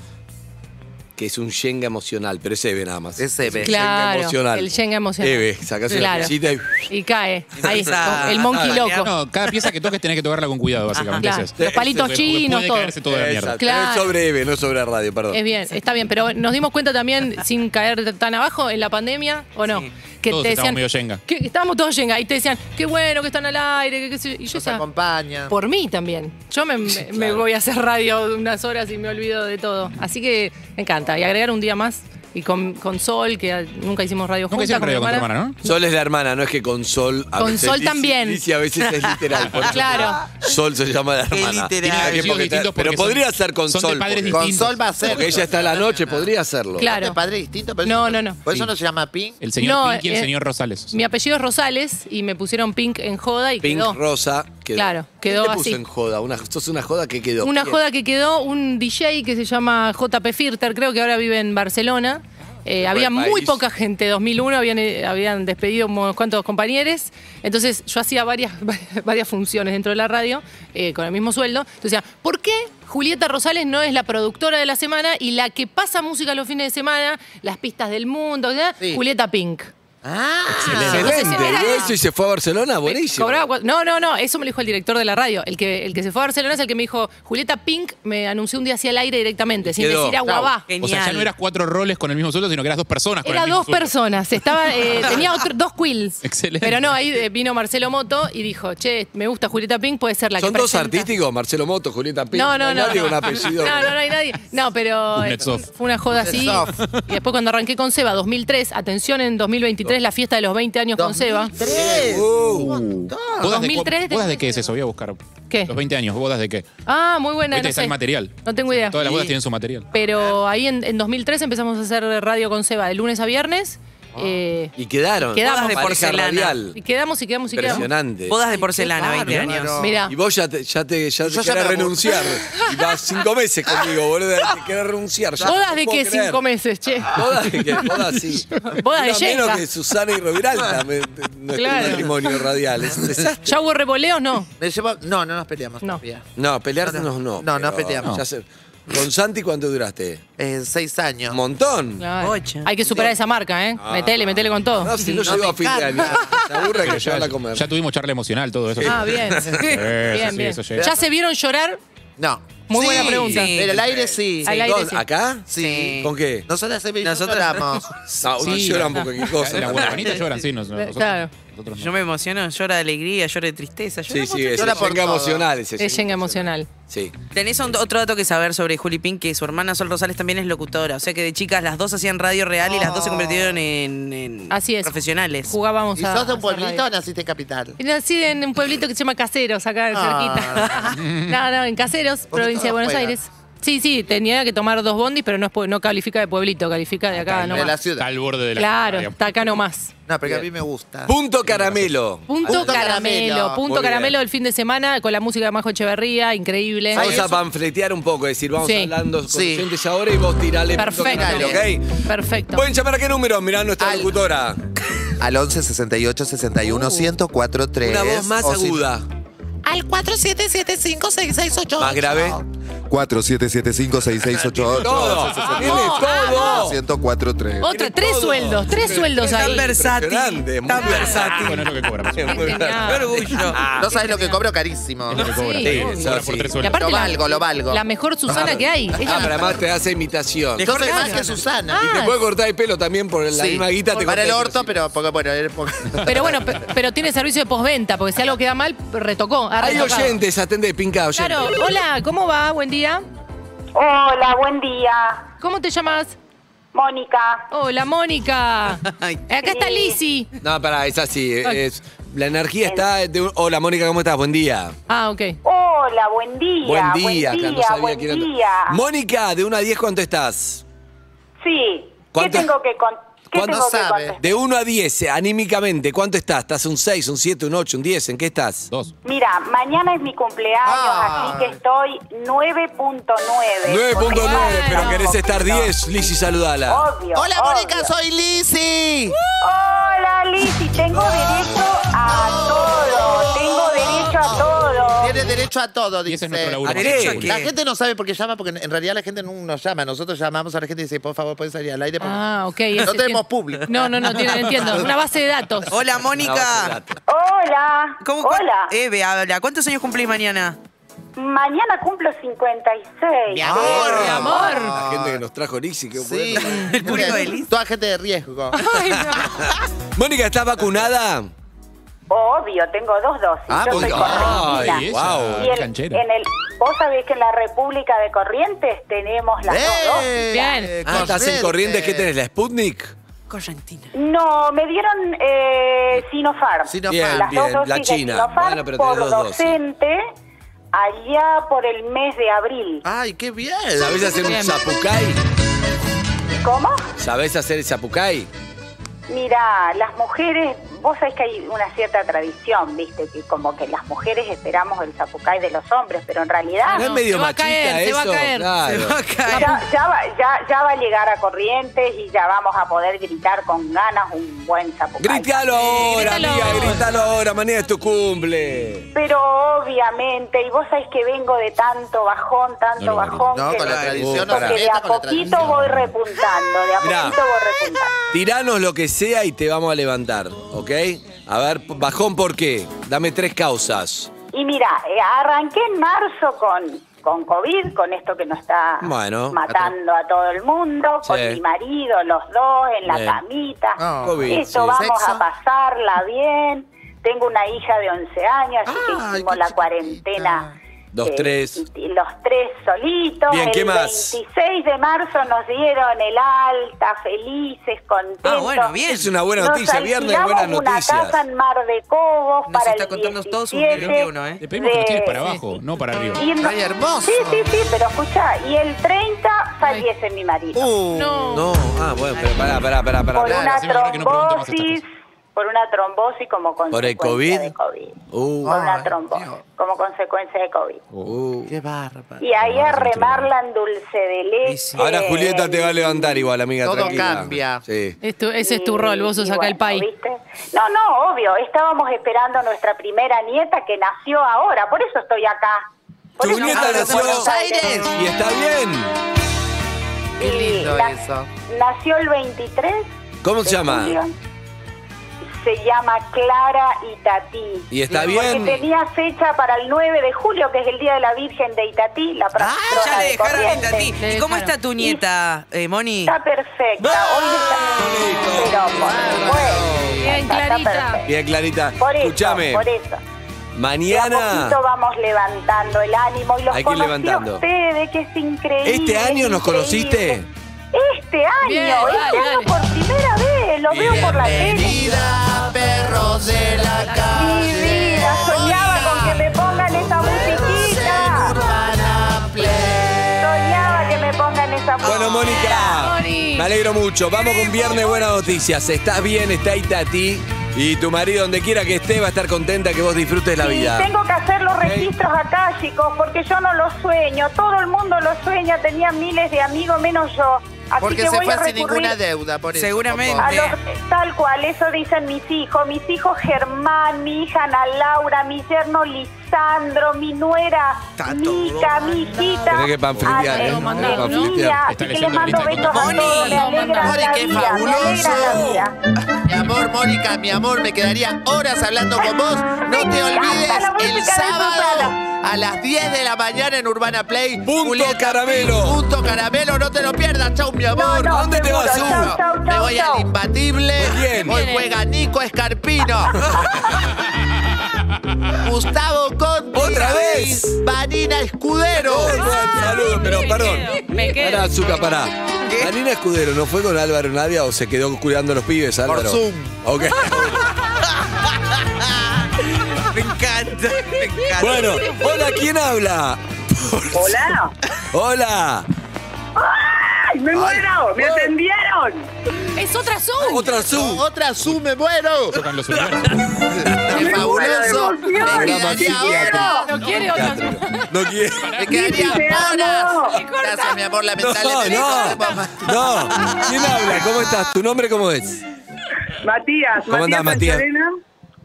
Speaker 3: que es un yenga emocional, pero es Eve nada más.
Speaker 5: Es Eve.
Speaker 6: Claro,
Speaker 3: emocional.
Speaker 6: el yenga emocional.
Speaker 3: Eve, sacás una
Speaker 6: Claro.
Speaker 3: cuchita y.
Speaker 6: Y cae. Ahí,
Speaker 9: Esa-
Speaker 6: el monkey
Speaker 9: Ah,
Speaker 6: loco.
Speaker 4: No, cada pieza que toques tenés que tocarla con cuidado, básicamente.
Speaker 6: Ajá.
Speaker 4: es eso.
Speaker 6: Los palitos
Speaker 4: Este Porque
Speaker 6: chinos,
Speaker 4: puede
Speaker 6: todo.
Speaker 4: caerse toda la mierda.
Speaker 3: Exacto.
Speaker 6: Claro.
Speaker 3: Es sobre Eve, no sobre radio, perdón.
Speaker 6: Es bien, está bien, pero nos dimos cuenta también, sin caer tan abajo, en la pandemia, ¿o no?
Speaker 9: Sí.
Speaker 6: Que
Speaker 4: Todos
Speaker 6: te
Speaker 4: estábamos
Speaker 6: decían.
Speaker 4: medio yenga.
Speaker 6: que- que estábamos todos yenga. Y te decían, qué bueno que están al aire, que qué sé yo. Y yo
Speaker 5: Nos
Speaker 6: decía,
Speaker 5: acompaña.
Speaker 6: por mí también. Yo me, me- me voy a hacer radio unas horas y me olvido de todo. Así que me encanta. Y agregar un día más y con, con Sol, que ah, nunca hicimos radio
Speaker 4: Nunca
Speaker 6: juntas.
Speaker 4: hicieron
Speaker 6: mi
Speaker 4: radio con tu hermana, ¿no?
Speaker 3: Sol es la hermana, no es que con Sol. a
Speaker 6: Con
Speaker 3: veces
Speaker 6: Sol
Speaker 3: Lizzy-
Speaker 6: también.
Speaker 3: Lizzy a veces es literal. por eso
Speaker 6: Claro.
Speaker 3: Sol se llama la
Speaker 9: Qué
Speaker 3: hermana.
Speaker 9: literal.
Speaker 4: Tienen
Speaker 3: Porque
Speaker 4: apellidos
Speaker 3: está-
Speaker 4: distintos porque
Speaker 3: pero
Speaker 4: son-
Speaker 3: podría ser con
Speaker 4: son de
Speaker 3: Sol.
Speaker 4: padres
Speaker 3: porque-
Speaker 5: Con
Speaker 4: distintos.
Speaker 5: Sol va a ser.
Speaker 3: porque ella está a la noche, podría hacerlo.
Speaker 6: Claro.
Speaker 5: De padre distinto, pero
Speaker 6: No,
Speaker 5: eso-
Speaker 6: no, no.
Speaker 5: Por eso
Speaker 4: Sí.
Speaker 5: no se llama Pink.
Speaker 4: El señor
Speaker 6: No,
Speaker 4: Pink y el
Speaker 6: eh,
Speaker 4: señor Rosales.
Speaker 6: Mi apellido es Rosales y me pusieron Pink en joda y
Speaker 3: Pink
Speaker 6: quedó.
Speaker 3: Rosa quedó.
Speaker 6: Claro, quedó
Speaker 3: ¿Quién te
Speaker 6: así.
Speaker 3: puso en joda? Una, sos una joda que quedó.
Speaker 6: Una
Speaker 3: Bien.
Speaker 6: joda que quedó un DJ que se llama JP Firter, creo que ahora vive en Barcelona.
Speaker 3: Ah,
Speaker 6: Eh, había
Speaker 3: buen país.
Speaker 6: muy poca gente, 2001 habían, eh, habían despedido unos cuantos compañeros, entonces yo hacía varias, varias funciones dentro de la radio eh, con el mismo sueldo. Entonces, decía, ¿por qué Julieta Rosales no es la productora de la semana y la que pasa música los fines de semana, las pistas del mundo? ¿verdad?
Speaker 5: Sí.
Speaker 6: Julieta Pink.
Speaker 3: Excelente.
Speaker 6: Entonces,
Speaker 3: ¿Y
Speaker 6: era-
Speaker 3: eso y se fue a Barcelona? Buenísimo.
Speaker 6: Cobraba cua- no, no, no, eso me lo dijo el director de la radio. El que, el que se fue a Barcelona es el que me dijo, Julieta Pink me anunció un día hacia el aire directamente, sin
Speaker 3: Quedó.
Speaker 6: decir aguabá.
Speaker 9: Chau.
Speaker 4: O sea, ya no eras cuatro roles con el mismo sueldo, sino que eras dos personas con
Speaker 6: Era
Speaker 4: el mismo
Speaker 6: dos
Speaker 4: sueldo.
Speaker 6: personas, estaba, eh, tenía otro- dos quills.
Speaker 4: Excelente.
Speaker 6: Pero no, ahí eh, vino Marcelo Moto y dijo, che, me gusta Julieta Pink, puede ser la
Speaker 3: ¿Son
Speaker 6: que
Speaker 3: dos
Speaker 6: presenta".
Speaker 3: artísticos? Marcelo Moto, Julieta Pink.
Speaker 6: No, no, no.
Speaker 3: Nadie
Speaker 6: no.
Speaker 3: con apellido.
Speaker 6: No, no, no hay nadie. No, pero eh,
Speaker 4: Kuznetsov.
Speaker 6: fue una joda así.
Speaker 5: Kuznetsov.
Speaker 6: Y después cuando arranqué con Seba, 2003, atención en 2023, la fiesta de los 20 años con Seba.
Speaker 5: ¡Tres!
Speaker 3: Uh,
Speaker 5: ¡Un montón!
Speaker 4: ¿Bodas, de, cu-
Speaker 6: 2003
Speaker 4: ¿Bodas de qué es eso? Voy a buscar.
Speaker 6: ¿Qué?
Speaker 4: Los 20 años, ¿bodas de qué?
Speaker 6: Ah, muy buena.
Speaker 4: Viste,
Speaker 6: no
Speaker 4: está
Speaker 6: sé.
Speaker 4: el material.
Speaker 6: No tengo idea.
Speaker 4: Todas las bodas
Speaker 6: Y-
Speaker 4: tienen su material.
Speaker 6: Pero ahí en, en 2003 empezamos a hacer radio con Seba de lunes a viernes.
Speaker 3: Ah.
Speaker 6: eh,
Speaker 3: Y quedaron.
Speaker 6: Quedamos.
Speaker 3: Pareja
Speaker 9: Bodas de porcelana.
Speaker 3: radial.
Speaker 6: y quedamos y quedamos y quedamos.
Speaker 3: Impresionante.
Speaker 9: Bodas de porcelana, 20 años.
Speaker 6: Mirá.
Speaker 3: Y vos ya te, ya te, ya te
Speaker 5: Yo ya
Speaker 3: querés
Speaker 5: me aburro.
Speaker 3: renunciar. Y vas cinco meses conmigo, boludo. Te querés renunciar. ya no
Speaker 6: ¿Bodas
Speaker 3: te
Speaker 6: de
Speaker 3: puedo
Speaker 6: qué?
Speaker 3: creer.
Speaker 6: Cinco meses, che.
Speaker 3: Bodas de qué? Bodas sí.
Speaker 6: Bodas de
Speaker 3: Dura menos
Speaker 6: Yenka.
Speaker 3: que Susana y Roviralta. me- me- Nuestro
Speaker 6: Claro.
Speaker 3: matrimonio radial. Es un desastre.
Speaker 6: ¿Ya hubo revoleo? No.
Speaker 5: Me llevo- No, no nos peleamos.
Speaker 6: No.
Speaker 5: todavía.
Speaker 3: No, pelearnos
Speaker 5: No,
Speaker 3: no.
Speaker 5: no. No, no
Speaker 3: pero
Speaker 5: peleamos.
Speaker 3: ya sé. ¿Con Santi cuánto duraste?
Speaker 5: Eh, seis años.
Speaker 3: Un montón.
Speaker 6: Claro.
Speaker 9: Ocho.
Speaker 6: Hay que superar esa marca, ¿eh?
Speaker 3: Ah.
Speaker 6: Metele, metele con todo.
Speaker 3: No, si no,
Speaker 5: no
Speaker 3: llegó
Speaker 5: me
Speaker 3: a fin de año.
Speaker 5: encanta.
Speaker 3: Se aburre que
Speaker 4: Pero
Speaker 3: llevarla
Speaker 4: ya,
Speaker 3: a comer.
Speaker 4: ya tuvimos charla emocional, todo eso.
Speaker 6: Ah, bien. bien,
Speaker 4: sí,
Speaker 6: bien.
Speaker 4: eso llega.
Speaker 6: ¿Ya se vieron llorar?
Speaker 5: No.
Speaker 6: Muy
Speaker 5: Sí,
Speaker 6: buena pregunta.
Speaker 5: sí, Pero al aire sí.
Speaker 6: Al aire
Speaker 3: ¿Dos?
Speaker 6: sí.
Speaker 3: ¿Acá?
Speaker 5: Sí.
Speaker 3: ¿Con qué?
Speaker 5: Nosotras se
Speaker 9: Nosotras-
Speaker 5: lloramos.
Speaker 3: No, uno
Speaker 4: Sí.
Speaker 3: llora un poco qué cosa.
Speaker 4: Las huerfanitas lloran, sí. nos- Nosotros,
Speaker 6: Claro.
Speaker 4: nosotros no.
Speaker 9: Yo me emociono, lloro de alegría, lloro de tristeza. lloro
Speaker 3: Sí,
Speaker 9: por
Speaker 3: sí,
Speaker 9: todo.
Speaker 3: es
Speaker 5: Llora por
Speaker 3: yenga
Speaker 5: todo.
Speaker 3: emocional. ese
Speaker 6: Es yenga emocional.
Speaker 3: Sí.
Speaker 9: Tenés un- otro dato que saber sobre Juli Pink, que su hermana Sol Rosales también es locutora. O sea que de chicas las dos hacían radio real y las dos se convirtieron en, en
Speaker 6: Oh. Así es.
Speaker 9: profesionales.
Speaker 6: Jugábamos
Speaker 5: ¿Y
Speaker 6: a.
Speaker 5: sos de
Speaker 6: a
Speaker 5: un
Speaker 6: hacer
Speaker 5: pueblito o
Speaker 6: radio.
Speaker 5: naciste en capital?
Speaker 6: Nací en un pueblito que se llama Caseros, acá
Speaker 5: Ah.
Speaker 6: cerquita. no, no, en Caseros, provincia de
Speaker 5: estabas
Speaker 6: Buenos
Speaker 5: afuera.
Speaker 6: Aires. Sí, sí, tenía que tomar dos bondis, pero no, es pue- no califica de pueblito, califica de acá
Speaker 4: Tal-
Speaker 5: De la
Speaker 6: nomás.
Speaker 4: Está
Speaker 5: ciudad.
Speaker 4: al borde de la
Speaker 6: Claro,
Speaker 4: digamos.
Speaker 6: está acá nomás.
Speaker 5: No, pero a mí me gusta.
Speaker 3: Punto caramelo.
Speaker 6: Punto,
Speaker 5: Punto
Speaker 6: caramelo,
Speaker 5: caramelo.
Speaker 3: Muy
Speaker 6: punto
Speaker 3: bien.
Speaker 6: caramelo el fin de semana con la música de Majo Echeverría, increíble.
Speaker 3: Vamos a panfletear un poco, es decir, vamos
Speaker 6: Sí.
Speaker 3: hablando con
Speaker 5: Sí.
Speaker 3: oyentes ahora y vos tirale. punto
Speaker 6: Perfecto.
Speaker 3: caramelo, ¿ok?
Speaker 6: Perfecto.
Speaker 3: Pueden llamar a qué número, mirá nuestra
Speaker 5: Al-
Speaker 3: locutora.
Speaker 5: Al 11 68 61 1043.
Speaker 3: Uh. Una voz más
Speaker 5: o si-
Speaker 3: aguda.
Speaker 9: Al 47756688.
Speaker 3: Más grave.
Speaker 5: 47756688.
Speaker 3: Todo. Tiene todo.
Speaker 5: 1043.
Speaker 6: Otra, tres
Speaker 3: todo.
Speaker 6: sueldos, tres sueldos
Speaker 9: tan
Speaker 6: ahí.
Speaker 9: versátil.
Speaker 3: Impresionante, muy
Speaker 9: Tan
Speaker 3: versátil.
Speaker 4: Ah, Bueno, es lo que cobra.
Speaker 3: Es muy
Speaker 6: Genial.
Speaker 3: grave.
Speaker 9: Qué orgullo.
Speaker 5: Ah, No sabes lo que cobro carísimo.
Speaker 4: Lo que cobra.
Speaker 6: Sí,
Speaker 4: Sí,
Speaker 3: obvio.
Speaker 4: cobra por tres
Speaker 3: Y
Speaker 6: Y
Speaker 4: sueldos.
Speaker 6: aparte
Speaker 5: Lo
Speaker 6: la-
Speaker 5: valgo, lo valgo.
Speaker 6: La mejor Susana que hay. Es la
Speaker 3: Ah,
Speaker 6: mejor.
Speaker 3: pero además te hace imitación.
Speaker 5: Yo soy más que Susana.
Speaker 6: Ah,
Speaker 3: Te puede cortar el pelo también por la
Speaker 5: Sí,
Speaker 3: misma guita. te corta
Speaker 5: para el orto,
Speaker 3: pelo.
Speaker 5: pero porque, bueno, eres poco-
Speaker 6: Pero bueno, pe- pero tiene servicio de postventa, porque si algo queda mal, retocó. ha
Speaker 3: Hay
Speaker 6: retocado.
Speaker 3: oyentes, atende, pinca oyente.
Speaker 6: Claro, hola, ¿cómo va? Buen día.
Speaker 7: Hola, buen día.
Speaker 6: ¿Cómo te llamas?
Speaker 7: Mónica.
Speaker 6: Hola, Mónica.
Speaker 9: Ay.
Speaker 6: Acá
Speaker 7: Eh.
Speaker 6: está Lisi.
Speaker 3: No, pará, es así. es- la energía está. de un- Hola, Mónica, ¿cómo estás? Buen día.
Speaker 6: Ah, ok.
Speaker 7: Hola, buen día.
Speaker 3: Buen día, claro, no sabía
Speaker 7: buen
Speaker 3: quién era.
Speaker 7: día.
Speaker 3: Mónica, de 1 a 10, ¿cuánto estás?
Speaker 7: Sí. ¿Qué
Speaker 3: ¿Cuánto-
Speaker 7: tengo que con- ¿Qué
Speaker 3: ¿Cuánto
Speaker 7: tengo que
Speaker 5: sabe?
Speaker 7: contestar?
Speaker 3: De 1 a 10, eh, anímicamente, ¿cuánto estás? ¿Estás un 6, un 7, un 8, un 10? ¿En qué estás?
Speaker 4: Dos.
Speaker 7: Mira, mañana es mi cumpleaños,
Speaker 5: Ah.
Speaker 7: así que estoy 9.9.
Speaker 3: 9.9,
Speaker 6: Bueno.
Speaker 3: pero querés estar 10. Lizzy, saludala.
Speaker 7: Obvio.
Speaker 5: Hola, Mónica,
Speaker 7: obvio.
Speaker 5: soy Lizzy.
Speaker 7: Hola, Lisi. Tengo derecho a todo. Tengo derecho a todo.
Speaker 5: Tiene derecho a todo,
Speaker 4: Y
Speaker 5: dice.
Speaker 4: ese es nuestro laburo.
Speaker 3: ¿A qué?
Speaker 4: Juli.
Speaker 5: La gente no sabe por qué llama, porque en realidad la gente no nos llama. Nosotros llamamos a la gente y dice, por favor, pueden salir al aire. porque
Speaker 6: Ah, ok.
Speaker 5: No
Speaker 6: ese
Speaker 5: tenemos
Speaker 6: tiene-
Speaker 5: público.
Speaker 6: No, no, no, tiene, entiendo. Una base de datos.
Speaker 9: Hola, Mónica.
Speaker 7: Hola.
Speaker 9: ¿Cómo, cua-
Speaker 7: Hola.
Speaker 9: Eve, habla. ¿Cuántos años cumplís mañana?
Speaker 7: Mañana cumplo 56.
Speaker 9: Mi amor.
Speaker 6: Mi amor.
Speaker 3: La gente que nos trajo Lizzy, qué
Speaker 5: Sí.
Speaker 3: bueno.
Speaker 9: El público de Liz.
Speaker 5: Toda gente de riesgo.
Speaker 6: Ay, no.
Speaker 3: Mónica, ¿estás vacunada?
Speaker 7: Obvio, tengo dos dosis. Yo soy correntina.
Speaker 4: y
Speaker 3: Ah, pues ay, eh, wow.
Speaker 6: Ah,
Speaker 4: esa.
Speaker 7: Y el-
Speaker 4: canchera.
Speaker 7: en el, vos sabés que en la República de Corrientes tenemos las dos. dosis.
Speaker 6: Bien.
Speaker 5: Eh,
Speaker 3: Ah, ¿Estás en Corrientes? ¿Qué tenés? ¿La Sputnik?
Speaker 9: Correntina.
Speaker 7: No, me dieron eh, Sinopharm.
Speaker 5: Sinopharm.
Speaker 7: Las
Speaker 3: Bien,
Speaker 7: dos
Speaker 3: bien, la
Speaker 7: dosis de
Speaker 3: China.
Speaker 7: Sinopharm
Speaker 3: Bueno, pero tenés
Speaker 7: por
Speaker 3: dos dosis.
Speaker 7: docente allá por el mes de abril.
Speaker 5: Ay, qué bien.
Speaker 3: ¿Sabés hacer un
Speaker 6: Bien.
Speaker 3: zapucay?
Speaker 7: ¿Cómo?
Speaker 3: ¿Sabés hacer el zapucay?
Speaker 7: Mira, las mujeres, vos sabés que hay una cierta tradición, viste, que como que las mujeres esperamos el zapucay de los hombres, pero en realidad...
Speaker 3: ¿No es
Speaker 6: no,
Speaker 3: medio
Speaker 6: se va a
Speaker 3: machista
Speaker 6: caer, se
Speaker 3: eso?
Speaker 6: va a caer.
Speaker 3: Claro. Ah.
Speaker 7: Ya, ya va, ya, ya va a llegar a Corrientes y ya vamos a poder gritar con ganas un buen zapucay.
Speaker 3: Gritalo ahora,
Speaker 6: grítalo
Speaker 3: amiga,
Speaker 6: ahora.
Speaker 3: gritalo ahora, mañana es tu cumple.
Speaker 7: Pero obviamente, y vos sabés que vengo de tanto bajón, tanto
Speaker 4: No, no, no.
Speaker 7: bajón,
Speaker 5: No,
Speaker 7: que,
Speaker 5: con la
Speaker 7: que
Speaker 5: tradición no
Speaker 3: pará.
Speaker 5: se
Speaker 7: de a
Speaker 5: meta, con la
Speaker 7: poquito
Speaker 5: tradición.
Speaker 7: voy repuntando, de a
Speaker 3: Mirá.
Speaker 7: poquito voy repuntando.
Speaker 3: Tiranos lo que sea y te vamos a levantar, ¿ok? A ver, bajón, ¿por qué? Dame tres causas.
Speaker 7: Y mira, eh, arranqué en marzo con, con COVID, con esto que nos está
Speaker 3: Bueno.
Speaker 7: matando a todo el mundo, con
Speaker 3: Sí.
Speaker 7: mi marido, los dos, en la
Speaker 3: Bien.
Speaker 7: camita.
Speaker 5: Ah.
Speaker 3: COVID,
Speaker 7: esto
Speaker 3: sí.
Speaker 7: vamos
Speaker 5: ¿Sexo?
Speaker 7: a pasarla bien. Tengo una hija de 11 años, así
Speaker 5: Ay,
Speaker 7: que hicimos
Speaker 5: qué
Speaker 7: la
Speaker 5: chiquitita.
Speaker 7: cuarentena
Speaker 3: Dos,
Speaker 7: Eh,
Speaker 3: tres.
Speaker 7: y- y Los tres solitos.
Speaker 3: Bien,
Speaker 7: el
Speaker 3: ¿qué más?
Speaker 7: 26 de marzo nos dieron el alta, felices, contentos.
Speaker 3: Ah, bueno, bien. Es una buena noticia,
Speaker 7: Nos
Speaker 3: viernes, buenas
Speaker 7: alquilamos
Speaker 3: noticias.
Speaker 7: una casa en Mar de Cobos
Speaker 9: Nos
Speaker 7: para
Speaker 9: está
Speaker 7: el
Speaker 9: contando todo su
Speaker 7: 17
Speaker 9: reunión de uno, ¿eh?
Speaker 4: Le pedimos que nos tires para
Speaker 7: de-
Speaker 4: abajo, no para arriba.
Speaker 7: y no- Sí, sí, sí, pero escucha, y el 30 fallece mi marido.
Speaker 6: no.
Speaker 3: No, ah, bueno, pero pará, pará, pará, pará.
Speaker 7: por
Speaker 3: pará.
Speaker 7: una
Speaker 4: hacemos ahora que no pregunte más estas
Speaker 7: trombosis, por una trombosis como
Speaker 3: ¿Por el COVID?
Speaker 7: consecuencia de COVID.
Speaker 3: Uh,
Speaker 7: Por una trombosis como consecuencia de COVID.
Speaker 3: uh.
Speaker 5: Qué bárbaro.
Speaker 7: Y ahí a remarla en dulce de leche.
Speaker 3: Ahora Julieta te va a levantar igual, amiga.
Speaker 5: Todo
Speaker 3: tranquila.
Speaker 5: cambia.
Speaker 3: Sí.
Speaker 6: Es tu- ese es tu rol, vos sos
Speaker 7: Y
Speaker 6: acá el
Speaker 7: bueno,
Speaker 6: pai.
Speaker 7: ¿viste? No, no, obvio. Estábamos esperando a nuestra primera nieta que nació ahora. Por eso estoy acá. Por
Speaker 3: Tu
Speaker 7: eso
Speaker 3: nieta
Speaker 7: estoy en
Speaker 3: nació.
Speaker 7: Buenos Aires.
Speaker 3: Y está bien.
Speaker 5: Qué lindo
Speaker 7: la-
Speaker 5: eso.
Speaker 7: Nació el 23.
Speaker 3: ¿Cómo se
Speaker 7: de
Speaker 3: llama?
Speaker 7: julio. Se llama Clara Itatí.
Speaker 3: ¿Y está
Speaker 7: Porque
Speaker 3: bien?
Speaker 7: tenía fecha para el 9 de julio, que es el Día de la Virgen de Itatí, la
Speaker 9: Ah,
Speaker 7: patrona
Speaker 9: ya le
Speaker 7: de
Speaker 9: dejaron el
Speaker 7: Corrientes.
Speaker 9: tatí. ¿Y cómo está tu nieta, eh, Moni?
Speaker 7: Está perfecta. Hoy
Speaker 3: Listo.
Speaker 7: está... Pero, por supuesto,
Speaker 6: Bien,
Speaker 7: está- está
Speaker 6: Clarita.
Speaker 7: perfecta.
Speaker 3: Bien, Clarita.
Speaker 7: Por eso,
Speaker 3: Escúchame.
Speaker 7: por eso. De a
Speaker 3: Mañana.
Speaker 7: poquito vamos levantando el ánimo y los
Speaker 3: Hay que ir
Speaker 7: conocí
Speaker 3: levantando.
Speaker 7: a ustedes, que es increíble.
Speaker 3: ¿Este año nos
Speaker 7: increíble.
Speaker 3: conociste?
Speaker 7: Este año,
Speaker 6: Bien,
Speaker 7: este
Speaker 6: dale,
Speaker 7: año
Speaker 6: dale.
Speaker 7: por primera vez, lo veo por la tele.
Speaker 5: Bienvenida, perros de la
Speaker 7: Mi
Speaker 5: calle.
Speaker 7: vida, soñaba con que me pongan esa musiquita.
Speaker 5: Urbana Play.
Speaker 7: Soñaba que me pongan esa musiquita.
Speaker 3: Bueno, Mónica,
Speaker 6: Moni.
Speaker 3: me alegro mucho. Vamos con viernes, buenas noticias. Estás bien, está Itati. Y tu marido, donde quiera que esté, va a estar contenta que vos disfrutes la
Speaker 7: Sí,
Speaker 3: vida.
Speaker 7: tengo que hacer los registros acá, chicos, porque yo no lo sueño. Todo el mundo lo sueña. Tenía miles de amigos, menos yo. Así
Speaker 5: Porque
Speaker 7: que
Speaker 5: se
Speaker 7: voy
Speaker 5: fue
Speaker 7: a
Speaker 5: sin
Speaker 7: recurrir
Speaker 5: ninguna deuda, por eso.
Speaker 9: Seguramente.
Speaker 5: por
Speaker 7: a
Speaker 5: favor.
Speaker 7: los- tal cual, eso dicen mis hijos. Mis hijos Germán, mi hija Ana Laura, mi yerno Lisandro, mi nuera Mica, mi hijita.
Speaker 3: Tenés que panfletear,
Speaker 7: Ale-
Speaker 3: ¿eh?
Speaker 6: Mandado, ¿no?
Speaker 7: Emilia.
Speaker 4: Está
Speaker 7: Así que les
Speaker 4: leyendo
Speaker 7: mando
Speaker 4: la lista de
Speaker 7: besos a
Speaker 9: Moni.
Speaker 7: todos. Me alegra
Speaker 6: Moni,
Speaker 7: la
Speaker 5: qué
Speaker 7: vida, me alegra la
Speaker 5: fabuloso.
Speaker 7: vida.
Speaker 5: Mi amor, Mónica, mi amor, me quedaría horas hablando con vos. No
Speaker 7: Me
Speaker 5: te
Speaker 7: encanta
Speaker 5: olvides,
Speaker 7: la música
Speaker 5: el
Speaker 7: de
Speaker 5: sábado
Speaker 7: Susana.
Speaker 5: a las 10 de la mañana en Urbana Play.
Speaker 3: Punto Caramelo.
Speaker 5: Punto caramelo, no te lo pierdas. Chau, mi amor.
Speaker 7: no,
Speaker 3: ¿a dónde te vas,
Speaker 7: seguro.
Speaker 3: Hugo?
Speaker 7: Chau, chau,
Speaker 5: Me voy
Speaker 7: chau.
Speaker 5: al imbatible.
Speaker 3: Bien.
Speaker 5: Hoy juega Nico Escarpino. Gustavo Conti.
Speaker 3: ¿Otra vez?
Speaker 5: Vanina Escudero.
Speaker 3: Oh,
Speaker 5: Ah,
Speaker 3: Saludos, pero perdón.
Speaker 6: Me quedo.
Speaker 3: Pará, Zucca, pará. Marina Escudero, ¿no fue con Álvaro Nadia o se quedó cuidando a los pibes, Álvaro?
Speaker 5: Zoom.
Speaker 3: Ok.
Speaker 9: Me encanta, me encanta.
Speaker 3: Bueno, hola, ¿quién habla?
Speaker 7: Hola.
Speaker 3: Hola.
Speaker 7: Ay, me muero, me atendieron.
Speaker 6: Es otra Zoom.
Speaker 3: Otra Zoom.
Speaker 5: Otra Zoom, me muero.
Speaker 4: Tocan los celulares.
Speaker 5: Qué fabuloso. Me quedaría horas.
Speaker 6: No quiere otra Zoom.
Speaker 3: No quiere.
Speaker 5: Me quedaría
Speaker 7: Te amo.
Speaker 5: horas. Gracias, mi amor. Lamentablemente.
Speaker 3: No, no,
Speaker 5: mamá.
Speaker 3: no. ¿Quién habla? ¿Cómo estás? ¿Tu nombre cómo es?
Speaker 11: Matías,
Speaker 3: ¿Cómo andás, Matías?
Speaker 11: Santarena,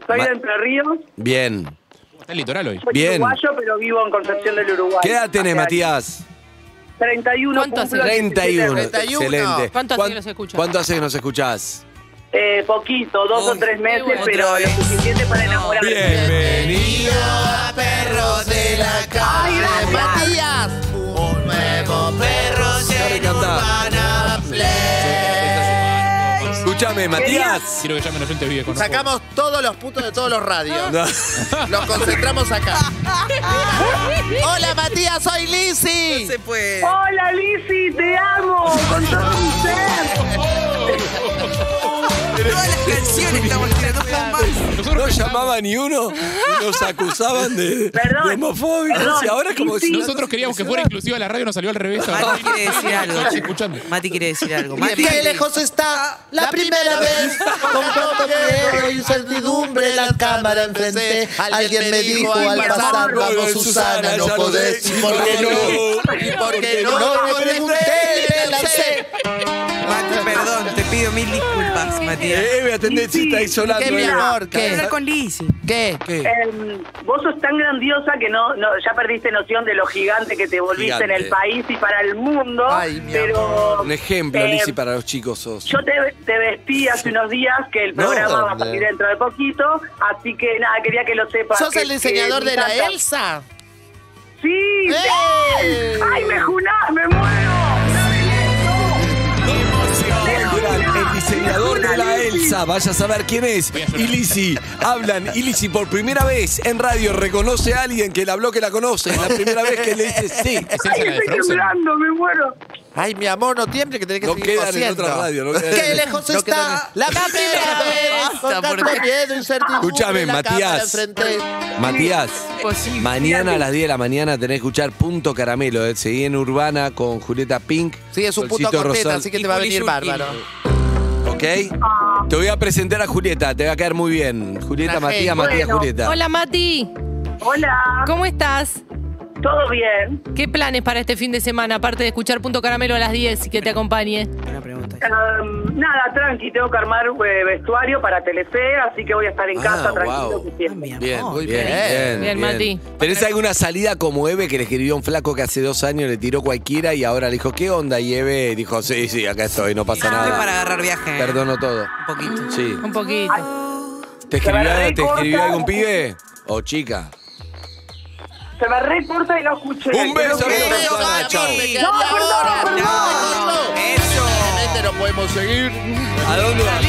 Speaker 11: soy
Speaker 3: Ma-
Speaker 11: de Entre Ríos,
Speaker 3: Bien.
Speaker 4: Está el litoral hoy.
Speaker 11: soy
Speaker 3: Bien.
Speaker 11: uruguayo, pero vivo en Concepción del Uruguay.
Speaker 3: ¿Qué edad tenés,
Speaker 11: Hace
Speaker 3: Matías?
Speaker 11: años. 31.
Speaker 6: ¿Cuánto hace?
Speaker 11: cumplo
Speaker 3: 31.
Speaker 5: 31.
Speaker 3: Excelente.
Speaker 6: ¿Cuánto hace que
Speaker 3: ¿Cuán-
Speaker 6: los escuchas?
Speaker 3: ¿Cuánto hace que nos escuchás?
Speaker 11: Eh, poquito, dos
Speaker 9: Uy,
Speaker 11: o tres meses,
Speaker 6: bueno.
Speaker 11: pero lo suficiente para enamorarme.
Speaker 3: Bienvenido.
Speaker 5: a perros de la
Speaker 11: Ay,
Speaker 5: calle.
Speaker 11: gracias.
Speaker 5: Matías, un nuevo perro
Speaker 3: Dale,
Speaker 5: en
Speaker 3: cantá.
Speaker 5: Urbana Play.
Speaker 3: Escúchame, Matías.
Speaker 4: Quiero que llamen oyentes vive con
Speaker 5: Sacamos todos los putos de todos los radios.
Speaker 3: No.
Speaker 5: Los concentramos acá. Hola Matías, soy Lizzy.
Speaker 9: Se puede.
Speaker 11: Hola, Lizzy, te amo con todo mi ser.
Speaker 9: Todas las canciones estamos tirando con más.
Speaker 3: No llamaba ni uno y nos acusaban de,
Speaker 11: Perdón.
Speaker 3: de homofóbicos.
Speaker 11: Perdón.
Speaker 3: Y ahora es como si
Speaker 11: Sí.
Speaker 4: Nosotros queríamos que fuera inclusiva la radio, nos salió al revés.
Speaker 9: Mati quiere decir algo.
Speaker 4: Estoy escuchando.
Speaker 9: Mati quiere decir algo.
Speaker 5: Y
Speaker 9: Mati.
Speaker 5: qué lejos está la primera vez con tanto miedo incertidumbre la cámara enfrente alguien me dijo al pasar vamos Susana no podés ¿Y por qué no
Speaker 3: ¿Y
Speaker 5: por qué no no me pregunté me lancé
Speaker 9: Mati, perdón, te pido mil disculpas, Matías.
Speaker 3: Eh, me atendés, si está isolando.
Speaker 5: ¿Qué, mi amor?
Speaker 9: Voy a
Speaker 5: ¿Qué?
Speaker 9: hablar con Lizzy.
Speaker 5: ¿Qué?
Speaker 11: Em, vos sos tan grandiosa que no, no ya perdiste noción de lo gigante que te volviste
Speaker 3: Gigante.
Speaker 11: en el país y para el mundo.
Speaker 5: Ay, mi
Speaker 11: pero,
Speaker 3: Un ejemplo,
Speaker 11: em,
Speaker 3: Lizzy, para los chicos sos.
Speaker 11: Yo te, te vestí hace unos días que el
Speaker 3: No,
Speaker 11: programa va a
Speaker 3: hombre.
Speaker 11: salir dentro de poquito, así que nada, quería que lo sepas.
Speaker 5: ¿Sos
Speaker 11: que-
Speaker 5: el diseñador
Speaker 11: que me
Speaker 5: de la
Speaker 11: encanta.
Speaker 5: Elsa?
Speaker 11: ¡Sí!
Speaker 5: ¡Eh!
Speaker 11: ¡Ay, me junás! ¡Me muero! ¡No me
Speaker 3: Era El diseñador de la Celsa, vaya a saber quién es. Y Lizzy, hablan. Y Lizzy por primera vez en radio reconoce a alguien que la habló que la conoce. Es la primera vez que le dice sí.
Speaker 11: Ay, estoy temblando, me muero.
Speaker 5: Ay, mi amor, no tiemble que tenés que
Speaker 3: No
Speaker 5: seguir
Speaker 3: quedan en
Speaker 5: cosiendo.
Speaker 3: otra radio, no quedan
Speaker 5: ¡Qué
Speaker 3: en-
Speaker 5: lejos
Speaker 3: no quedan
Speaker 5: está la primera vez! Con tanto miedo, incertidumbre,
Speaker 3: Escuchame,
Speaker 5: la cámara
Speaker 3: Matías.
Speaker 5: enfrente.
Speaker 3: Matías, mañana a las 10 de la mañana tenés que escuchar Punto Caramelo. Eh. Seguí en Urbana con Julieta Pink.
Speaker 5: Sí, es un puto
Speaker 3: Solcito
Speaker 5: corteta,
Speaker 3: Rosal.
Speaker 5: así que te va a venir bárbaro.
Speaker 3: ¿Ok? Te voy a presentar a Julieta, te va a caer muy bien. Julieta,
Speaker 5: Una
Speaker 3: Matías,
Speaker 5: genia.
Speaker 3: Matías,
Speaker 5: Bueno.
Speaker 3: Julieta.
Speaker 6: Hola Mati.
Speaker 7: Hola.
Speaker 6: ¿Cómo estás?
Speaker 7: Todo bien.
Speaker 6: ¿Qué planes para este fin de semana, aparte de escuchar Punto Caramelo a las 10 y que te acompañe?
Speaker 7: Em, nada, tranqui, tengo que armar eh, vestuario para Telefe, así que voy a estar en
Speaker 3: Ah,
Speaker 7: casa
Speaker 3: wow.
Speaker 7: tranquilo. que siempre.
Speaker 3: Bien, muy bien.
Speaker 5: bien.
Speaker 3: Bien,
Speaker 6: Bien, Mati.
Speaker 3: ¿Tenés alguna salida como Eve que le escribió un flaco que hace dos años le tiró cualquiera y ahora le dijo, ¿qué onda? Y Eve dijo, sí, sí, acá estoy, no pasa nada.
Speaker 9: Ah, para agarrar viaje. ¿eh?
Speaker 3: Perdono todo.
Speaker 9: Un poquito.
Speaker 3: Sí.
Speaker 6: Un poquito.
Speaker 3: ¿Te escribió,
Speaker 7: Para
Speaker 3: te escribió
Speaker 7: recortar.
Speaker 3: algún pibe? ¿O chica?
Speaker 7: Se me recorta y no escuché.
Speaker 3: Un beso,
Speaker 7: Creo que-
Speaker 3: beso, chao.
Speaker 7: No, perdón, perdón.
Speaker 5: Claramente no podemos seguir.
Speaker 3: ¿A dónde vas?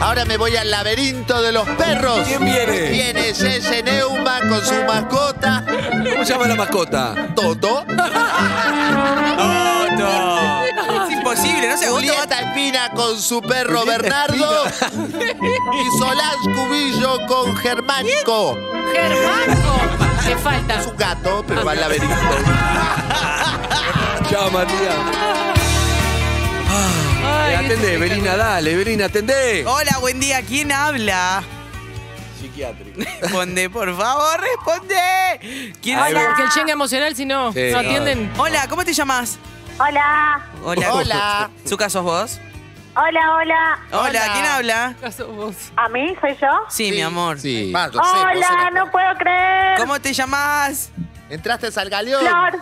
Speaker 5: Ahora me voy al laberinto de los perros.
Speaker 3: ¿Quién viene?
Speaker 5: Viene Cese Neumann con su mascota.
Speaker 3: ¿Cómo se llama la mascota?
Speaker 5: Toto.
Speaker 3: ¡Toto!
Speaker 9: Es imposible, no sé, vos te vas-
Speaker 5: Julieta Espina con su perro Bernardo. y Solange Cubillo con Germánico.
Speaker 6: Germanco, te falta.
Speaker 5: Es un gato, pero va al laberinto.
Speaker 3: Chao, Matías.
Speaker 6: Ay,
Speaker 3: Eh, atendé, Belina, dale, Belina, atendé.
Speaker 9: Hola, buen día. ¿Quién habla?
Speaker 3: Psiquiátrico.
Speaker 9: Responde, por favor, responde. ¿Quién
Speaker 6: Hola.
Speaker 9: habla?
Speaker 6: Porque el chenga emocional, si no,
Speaker 3: Sí,
Speaker 6: no
Speaker 3: no.
Speaker 6: atienden.
Speaker 9: Hola, ¿cómo te llamas?
Speaker 7: Hola,
Speaker 3: Oh.
Speaker 9: Hola.
Speaker 5: Hola.
Speaker 9: ¿Zuka sos vos?
Speaker 7: hola, hola.
Speaker 9: Hola, ¿quién habla?
Speaker 6: Caso vos.
Speaker 7: ¿A mí? ¿Soy yo?
Speaker 9: Sí,
Speaker 5: Sí.
Speaker 9: mi amor.
Speaker 4: Sí.
Speaker 5: Más, lo sé, vos
Speaker 7: Hola,
Speaker 5: eras-
Speaker 7: no puedo creer.
Speaker 9: ¿Cómo te llamas?
Speaker 5: Entraste al galeón.
Speaker 7: Flor,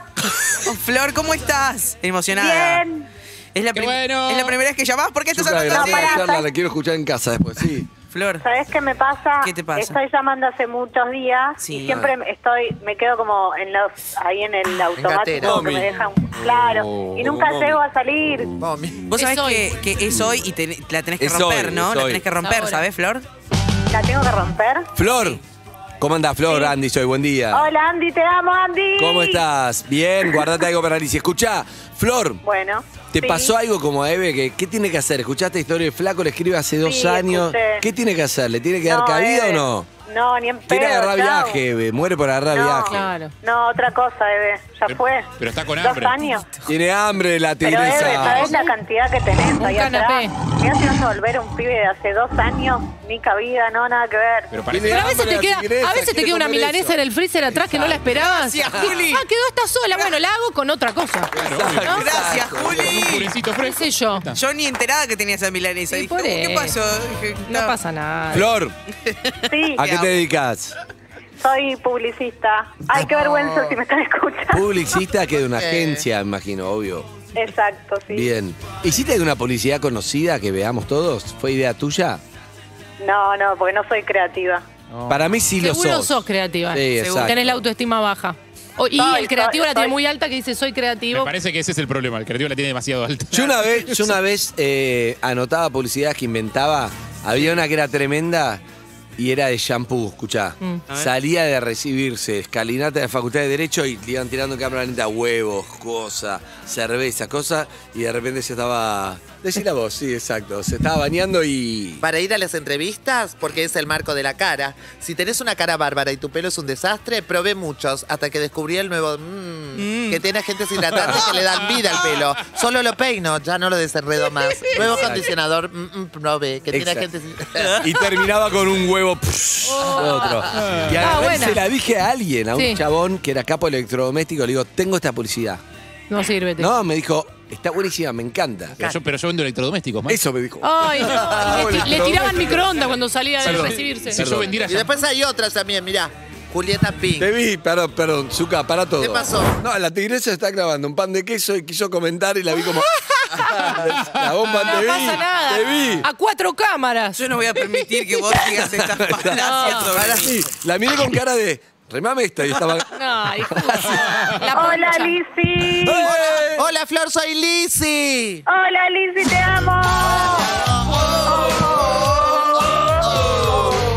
Speaker 9: Oh, Flor, ¿cómo estás? Emocionada.
Speaker 7: bien.
Speaker 9: Es la,
Speaker 4: Qué
Speaker 9: prim-
Speaker 4: bueno.
Speaker 9: es la primera vez que llamás. ¿Por qué estás
Speaker 3: Chuca,
Speaker 9: hablando
Speaker 3: gracias
Speaker 9: así?
Speaker 3: por la
Speaker 7: pará,
Speaker 3: charla,
Speaker 7: pará.
Speaker 3: la quiero escuchar en casa después, sí.
Speaker 9: Flor.
Speaker 7: ¿Sabes qué me pasa?
Speaker 9: ¿Qué te pasa?
Speaker 7: Estoy llamando hace muchos días
Speaker 9: Sí.
Speaker 7: y siempre estoy, me quedo como en los, ahí en
Speaker 3: Ah,
Speaker 7: el
Speaker 5: gatera.
Speaker 7: automático que
Speaker 3: Mami.
Speaker 7: me dejan claro
Speaker 3: Oh,
Speaker 7: y nunca
Speaker 3: mami.
Speaker 7: llego a salir.
Speaker 5: Mami.
Speaker 9: Vos
Speaker 6: Es
Speaker 9: sabés
Speaker 6: hoy.
Speaker 9: que, que es hoy y te- la tenés que
Speaker 3: Es
Speaker 9: romper,
Speaker 3: hoy,
Speaker 9: ¿no?
Speaker 3: es
Speaker 9: La
Speaker 3: hoy.
Speaker 9: tenés que romper,
Speaker 6: Ahora.
Speaker 9: ¿sabés, Flor?
Speaker 7: La tengo que romper.
Speaker 3: Flor, ¿cómo andás, Flor? Andy, soy, buen día.
Speaker 7: Hola Andy, te amo Andy.
Speaker 3: ¿Cómo estás? Bien, guardate algo para Alicia. Escuchá, Flor,
Speaker 7: Bueno.
Speaker 3: ¿te
Speaker 7: sí.
Speaker 3: pasó algo como a Eve? Que, ¿Qué tiene que hacer? ¿Escuchaste la historia de Flaco? Le escribe hace dos
Speaker 7: Sí,
Speaker 3: años.
Speaker 7: escuché.
Speaker 3: ¿Qué tiene que hacer? ¿Le tiene que dar
Speaker 7: No,
Speaker 3: cabida
Speaker 7: Eve.
Speaker 3: o no?
Speaker 7: No, ni en pedo.
Speaker 3: Tiene que agarrar
Speaker 7: chau.
Speaker 3: viaje, Eve. Muere por agarrar
Speaker 7: No,
Speaker 3: viaje.
Speaker 6: Claro.
Speaker 7: No, otra cosa, Eve. Ya
Speaker 4: Pero-
Speaker 7: fue.
Speaker 4: pero está con
Speaker 7: Dos
Speaker 4: hambre.
Speaker 7: años.
Speaker 3: Tiene hambre la
Speaker 7: Pero
Speaker 3: tigresa.
Speaker 7: Eve, ¿sabes la cantidad que tenés ahí
Speaker 6: canapé.
Speaker 7: atrás? Mirá si vas a volver un pibe de hace dos años, ni cabida, no, nada que ver.
Speaker 3: Tiene
Speaker 4: Pero parece.
Speaker 6: Pero a veces
Speaker 3: hambre
Speaker 6: te
Speaker 3: la
Speaker 6: queda,
Speaker 3: tigresa,
Speaker 6: a veces te
Speaker 3: quiere
Speaker 6: queda una
Speaker 3: comer
Speaker 6: milanesa
Speaker 3: eso.
Speaker 6: en el freezer atrás que no la esperabas.
Speaker 9: Gracias, Juli.
Speaker 6: Ah, quedó esta sola. Bueno, la hago con otra cosa.
Speaker 4: Claro,
Speaker 6: ¿No?
Speaker 4: obvio.
Speaker 9: Gracias,
Speaker 4: Un
Speaker 9: Juli.
Speaker 4: purecito
Speaker 6: ¿Qué
Speaker 4: fresco.
Speaker 6: sé yo?
Speaker 9: Yo ni enterada que tenía esa milanesa.
Speaker 6: Sí,
Speaker 9: Dije,
Speaker 6: por
Speaker 9: "Uh, ¿Qué
Speaker 6: eso.
Speaker 9: pasó? Dije,
Speaker 6: No pasa nada.
Speaker 3: Flor,
Speaker 7: Sí,
Speaker 3: ¿a qué te dedicas?
Speaker 7: soy publicista. Ay, qué vergüenza si me están escuchando.
Speaker 3: Publicista que de una agencia, me imagino, obvio.
Speaker 7: Exacto, sí.
Speaker 3: Bien. ¿Hiciste alguna publicidad conocida que veamos todos? ¿Fue idea tuya?
Speaker 7: No, no, porque no soy creativa.
Speaker 3: Para mí sí lo
Speaker 6: Seguro
Speaker 3: sos.
Speaker 6: sos, creativa.
Speaker 3: Sí, exacto.
Speaker 6: Tenés la autoestima baja. O- y
Speaker 7: Soy,
Speaker 6: el creativo
Speaker 7: soy,
Speaker 6: la tiene
Speaker 7: soy.
Speaker 6: muy alta que dice soy
Speaker 4: Me
Speaker 6: creativo.
Speaker 4: parece que ese es el problema. El creativo la tiene demasiado alta.
Speaker 3: Yo una vez, yo una vez eh, anotaba publicidades que inventaba. Había una que era tremenda y era de shampoo, escuchá.
Speaker 9: A ver.
Speaker 3: Salía de recibirse, escalinata de la Facultad de Derecho y le iban tirando en cámara lenta huevos, cosas, cerveza, cosas. Y de repente se estaba... Decí la voz, sí, exacto. Se estaba bañando y...
Speaker 5: Para ir a las entrevistas, porque es el marco de la cara. Si tenés una cara bárbara y tu pelo es un desastre, probé muchos hasta que descubrí el nuevo mm, que tiene agentes hidratantes que le dan vida al pelo. Solo lo peino, ya no lo desenredo más. Nuevo condicionador, mm, mm, probé, que tiene
Speaker 3: Exacto.
Speaker 5: agentes
Speaker 3: Y terminaba con un huevo. psh, otro. Y
Speaker 6: Ah,
Speaker 3: a
Speaker 6: buena.
Speaker 3: se la dije a alguien, a un
Speaker 6: Sí.
Speaker 3: chabón que era capo electrodoméstico, le digo, tengo esta publicidad.
Speaker 6: No sirve. te-
Speaker 3: No, me dijo, está buenísima, me encanta.
Speaker 4: Pero yo, pero yo vendo electrodomésticos, man.
Speaker 3: Eso me dijo.
Speaker 6: Ay, no. le, ti- le tiraban microondas cuando salía de
Speaker 4: Perdón.
Speaker 6: recibirse.
Speaker 4: Si yo
Speaker 3: Perdón.
Speaker 4: vendiera
Speaker 5: Y después hay otras también, mirá. Julieta Pink.
Speaker 3: Te vi, perdón, perdón, Zuka, para todo.
Speaker 5: ¿Qué pasó?
Speaker 3: No, la tigresa está grabando un pan de queso y quiso comentar y la vi como. la bomba
Speaker 6: No
Speaker 3: te vi.
Speaker 6: pasa nada.
Speaker 3: Te vi.
Speaker 6: A cuatro cámaras.
Speaker 9: Yo no voy a permitir que vos digas estas falacias sobre
Speaker 3: Ahora
Speaker 9: mí.
Speaker 3: sí, la miré con cara de. remame esta y estaba.
Speaker 6: No, hijo.
Speaker 7: Hola, Lizzy.
Speaker 3: Hola.
Speaker 5: Hola, Flor, soy Lizzy.
Speaker 7: Hola, Lizzy, te amo.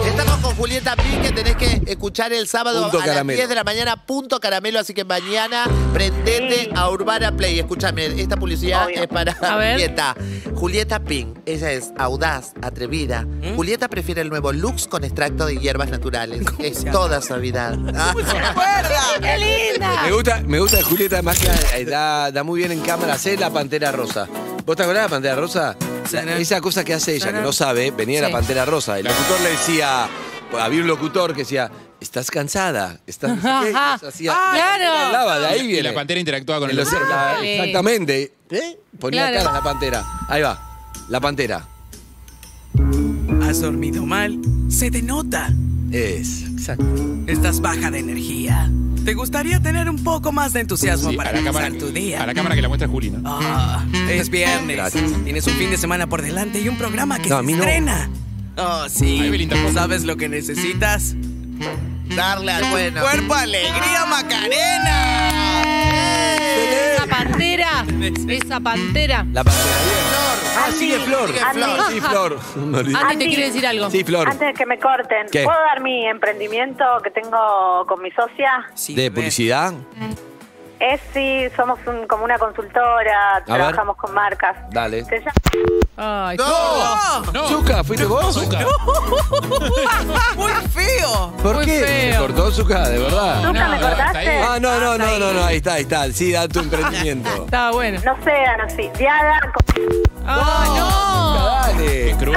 Speaker 5: Estamos con Julieta Pique, tenés que escuchar el sábado
Speaker 3: Punto
Speaker 5: a las
Speaker 3: caramelo.
Speaker 5: 10 de la mañana, punto caramelo, así que mañana prendete a Urbana Play. Escúchame, esta publicidad es para
Speaker 6: A ver.
Speaker 5: Julieta. Julieta Pink, ella es audaz, atrevida.
Speaker 6: ¿Mm?
Speaker 5: Julieta prefiere el nuevo Lux con extracto de hierbas naturales. Es toda suavidad.
Speaker 6: ¡Qué linda!
Speaker 3: Me gusta, me gusta Julieta más que eh, da, da muy bien en cámara. Hace la pantera rosa. ¿Vos te acordás de la pantera rosa? La- esa cosa que hace ella, que no sabe, venía de
Speaker 6: Sí.
Speaker 3: la pantera rosa. El locutor le decía, había un locutor que decía, estás cansada, estás.
Speaker 6: Ajá. Ah, claro.
Speaker 3: Hablaba, de ahí
Speaker 4: Y- y
Speaker 3: viene.
Speaker 4: la pantera interactuaba con el
Speaker 3: Lo-
Speaker 4: locutor.
Speaker 3: la-
Speaker 6: Dale.
Speaker 3: Exactamente. Ponía
Speaker 6: Claro.
Speaker 3: cara a la pantera. Ahí va. La pantera.
Speaker 12: Has dormido mal, se te nota.
Speaker 3: Es. Exacto.
Speaker 12: Estás baja de energía. Te gustaría tener un poco más de entusiasmo
Speaker 4: Sí,
Speaker 12: para
Speaker 4: a la
Speaker 12: comenzar
Speaker 4: cámara,
Speaker 12: tu día.
Speaker 4: a la cámara que la muestra Juli, ¿no?
Speaker 12: Ah, es viernes.
Speaker 4: Gracias.
Speaker 12: Tienes un fin de semana por delante y un programa que
Speaker 4: No, a
Speaker 12: se
Speaker 4: mí no.
Speaker 12: estrena. Oh, sí.
Speaker 4: Ay, Belinda, ¿cómo?
Speaker 12: ¿Sabes lo que necesitas?
Speaker 5: Darle al bueno.
Speaker 12: Cuerpo alegría, Macarena.
Speaker 6: Esa pantera. Esa pantera.
Speaker 3: La pantera. Ah, sigue Flor. Sí, Flor. Me olvidé.
Speaker 6: Andy te quiere decir algo.
Speaker 3: Sí, Flor.
Speaker 7: Antes de que me corten,
Speaker 3: ¿Qué?
Speaker 7: ¿puedo dar mi emprendimiento que tengo con mi socia?
Speaker 3: de publicidad.
Speaker 7: Es sí, somos un- como una consultora, trabajamos con marcas.
Speaker 3: Dale.
Speaker 7: Se llama-
Speaker 6: Ay,
Speaker 3: ¡No! Zuka, ¿fuiste vos?
Speaker 12: Muy feo.
Speaker 3: ¿Por
Speaker 6: Muy
Speaker 3: qué?
Speaker 6: feo.
Speaker 3: ¿Me cortó Zuka? ¿De verdad?
Speaker 7: Zucca, ¿me cortaste?
Speaker 3: Ah, no, no, no, no, no, ahí está, ahí está. Sí, da tu emprendimiento.
Speaker 6: Estaba bueno.
Speaker 7: No sean así. Diada,
Speaker 6: ¡Ah,
Speaker 3: Dale.
Speaker 6: no!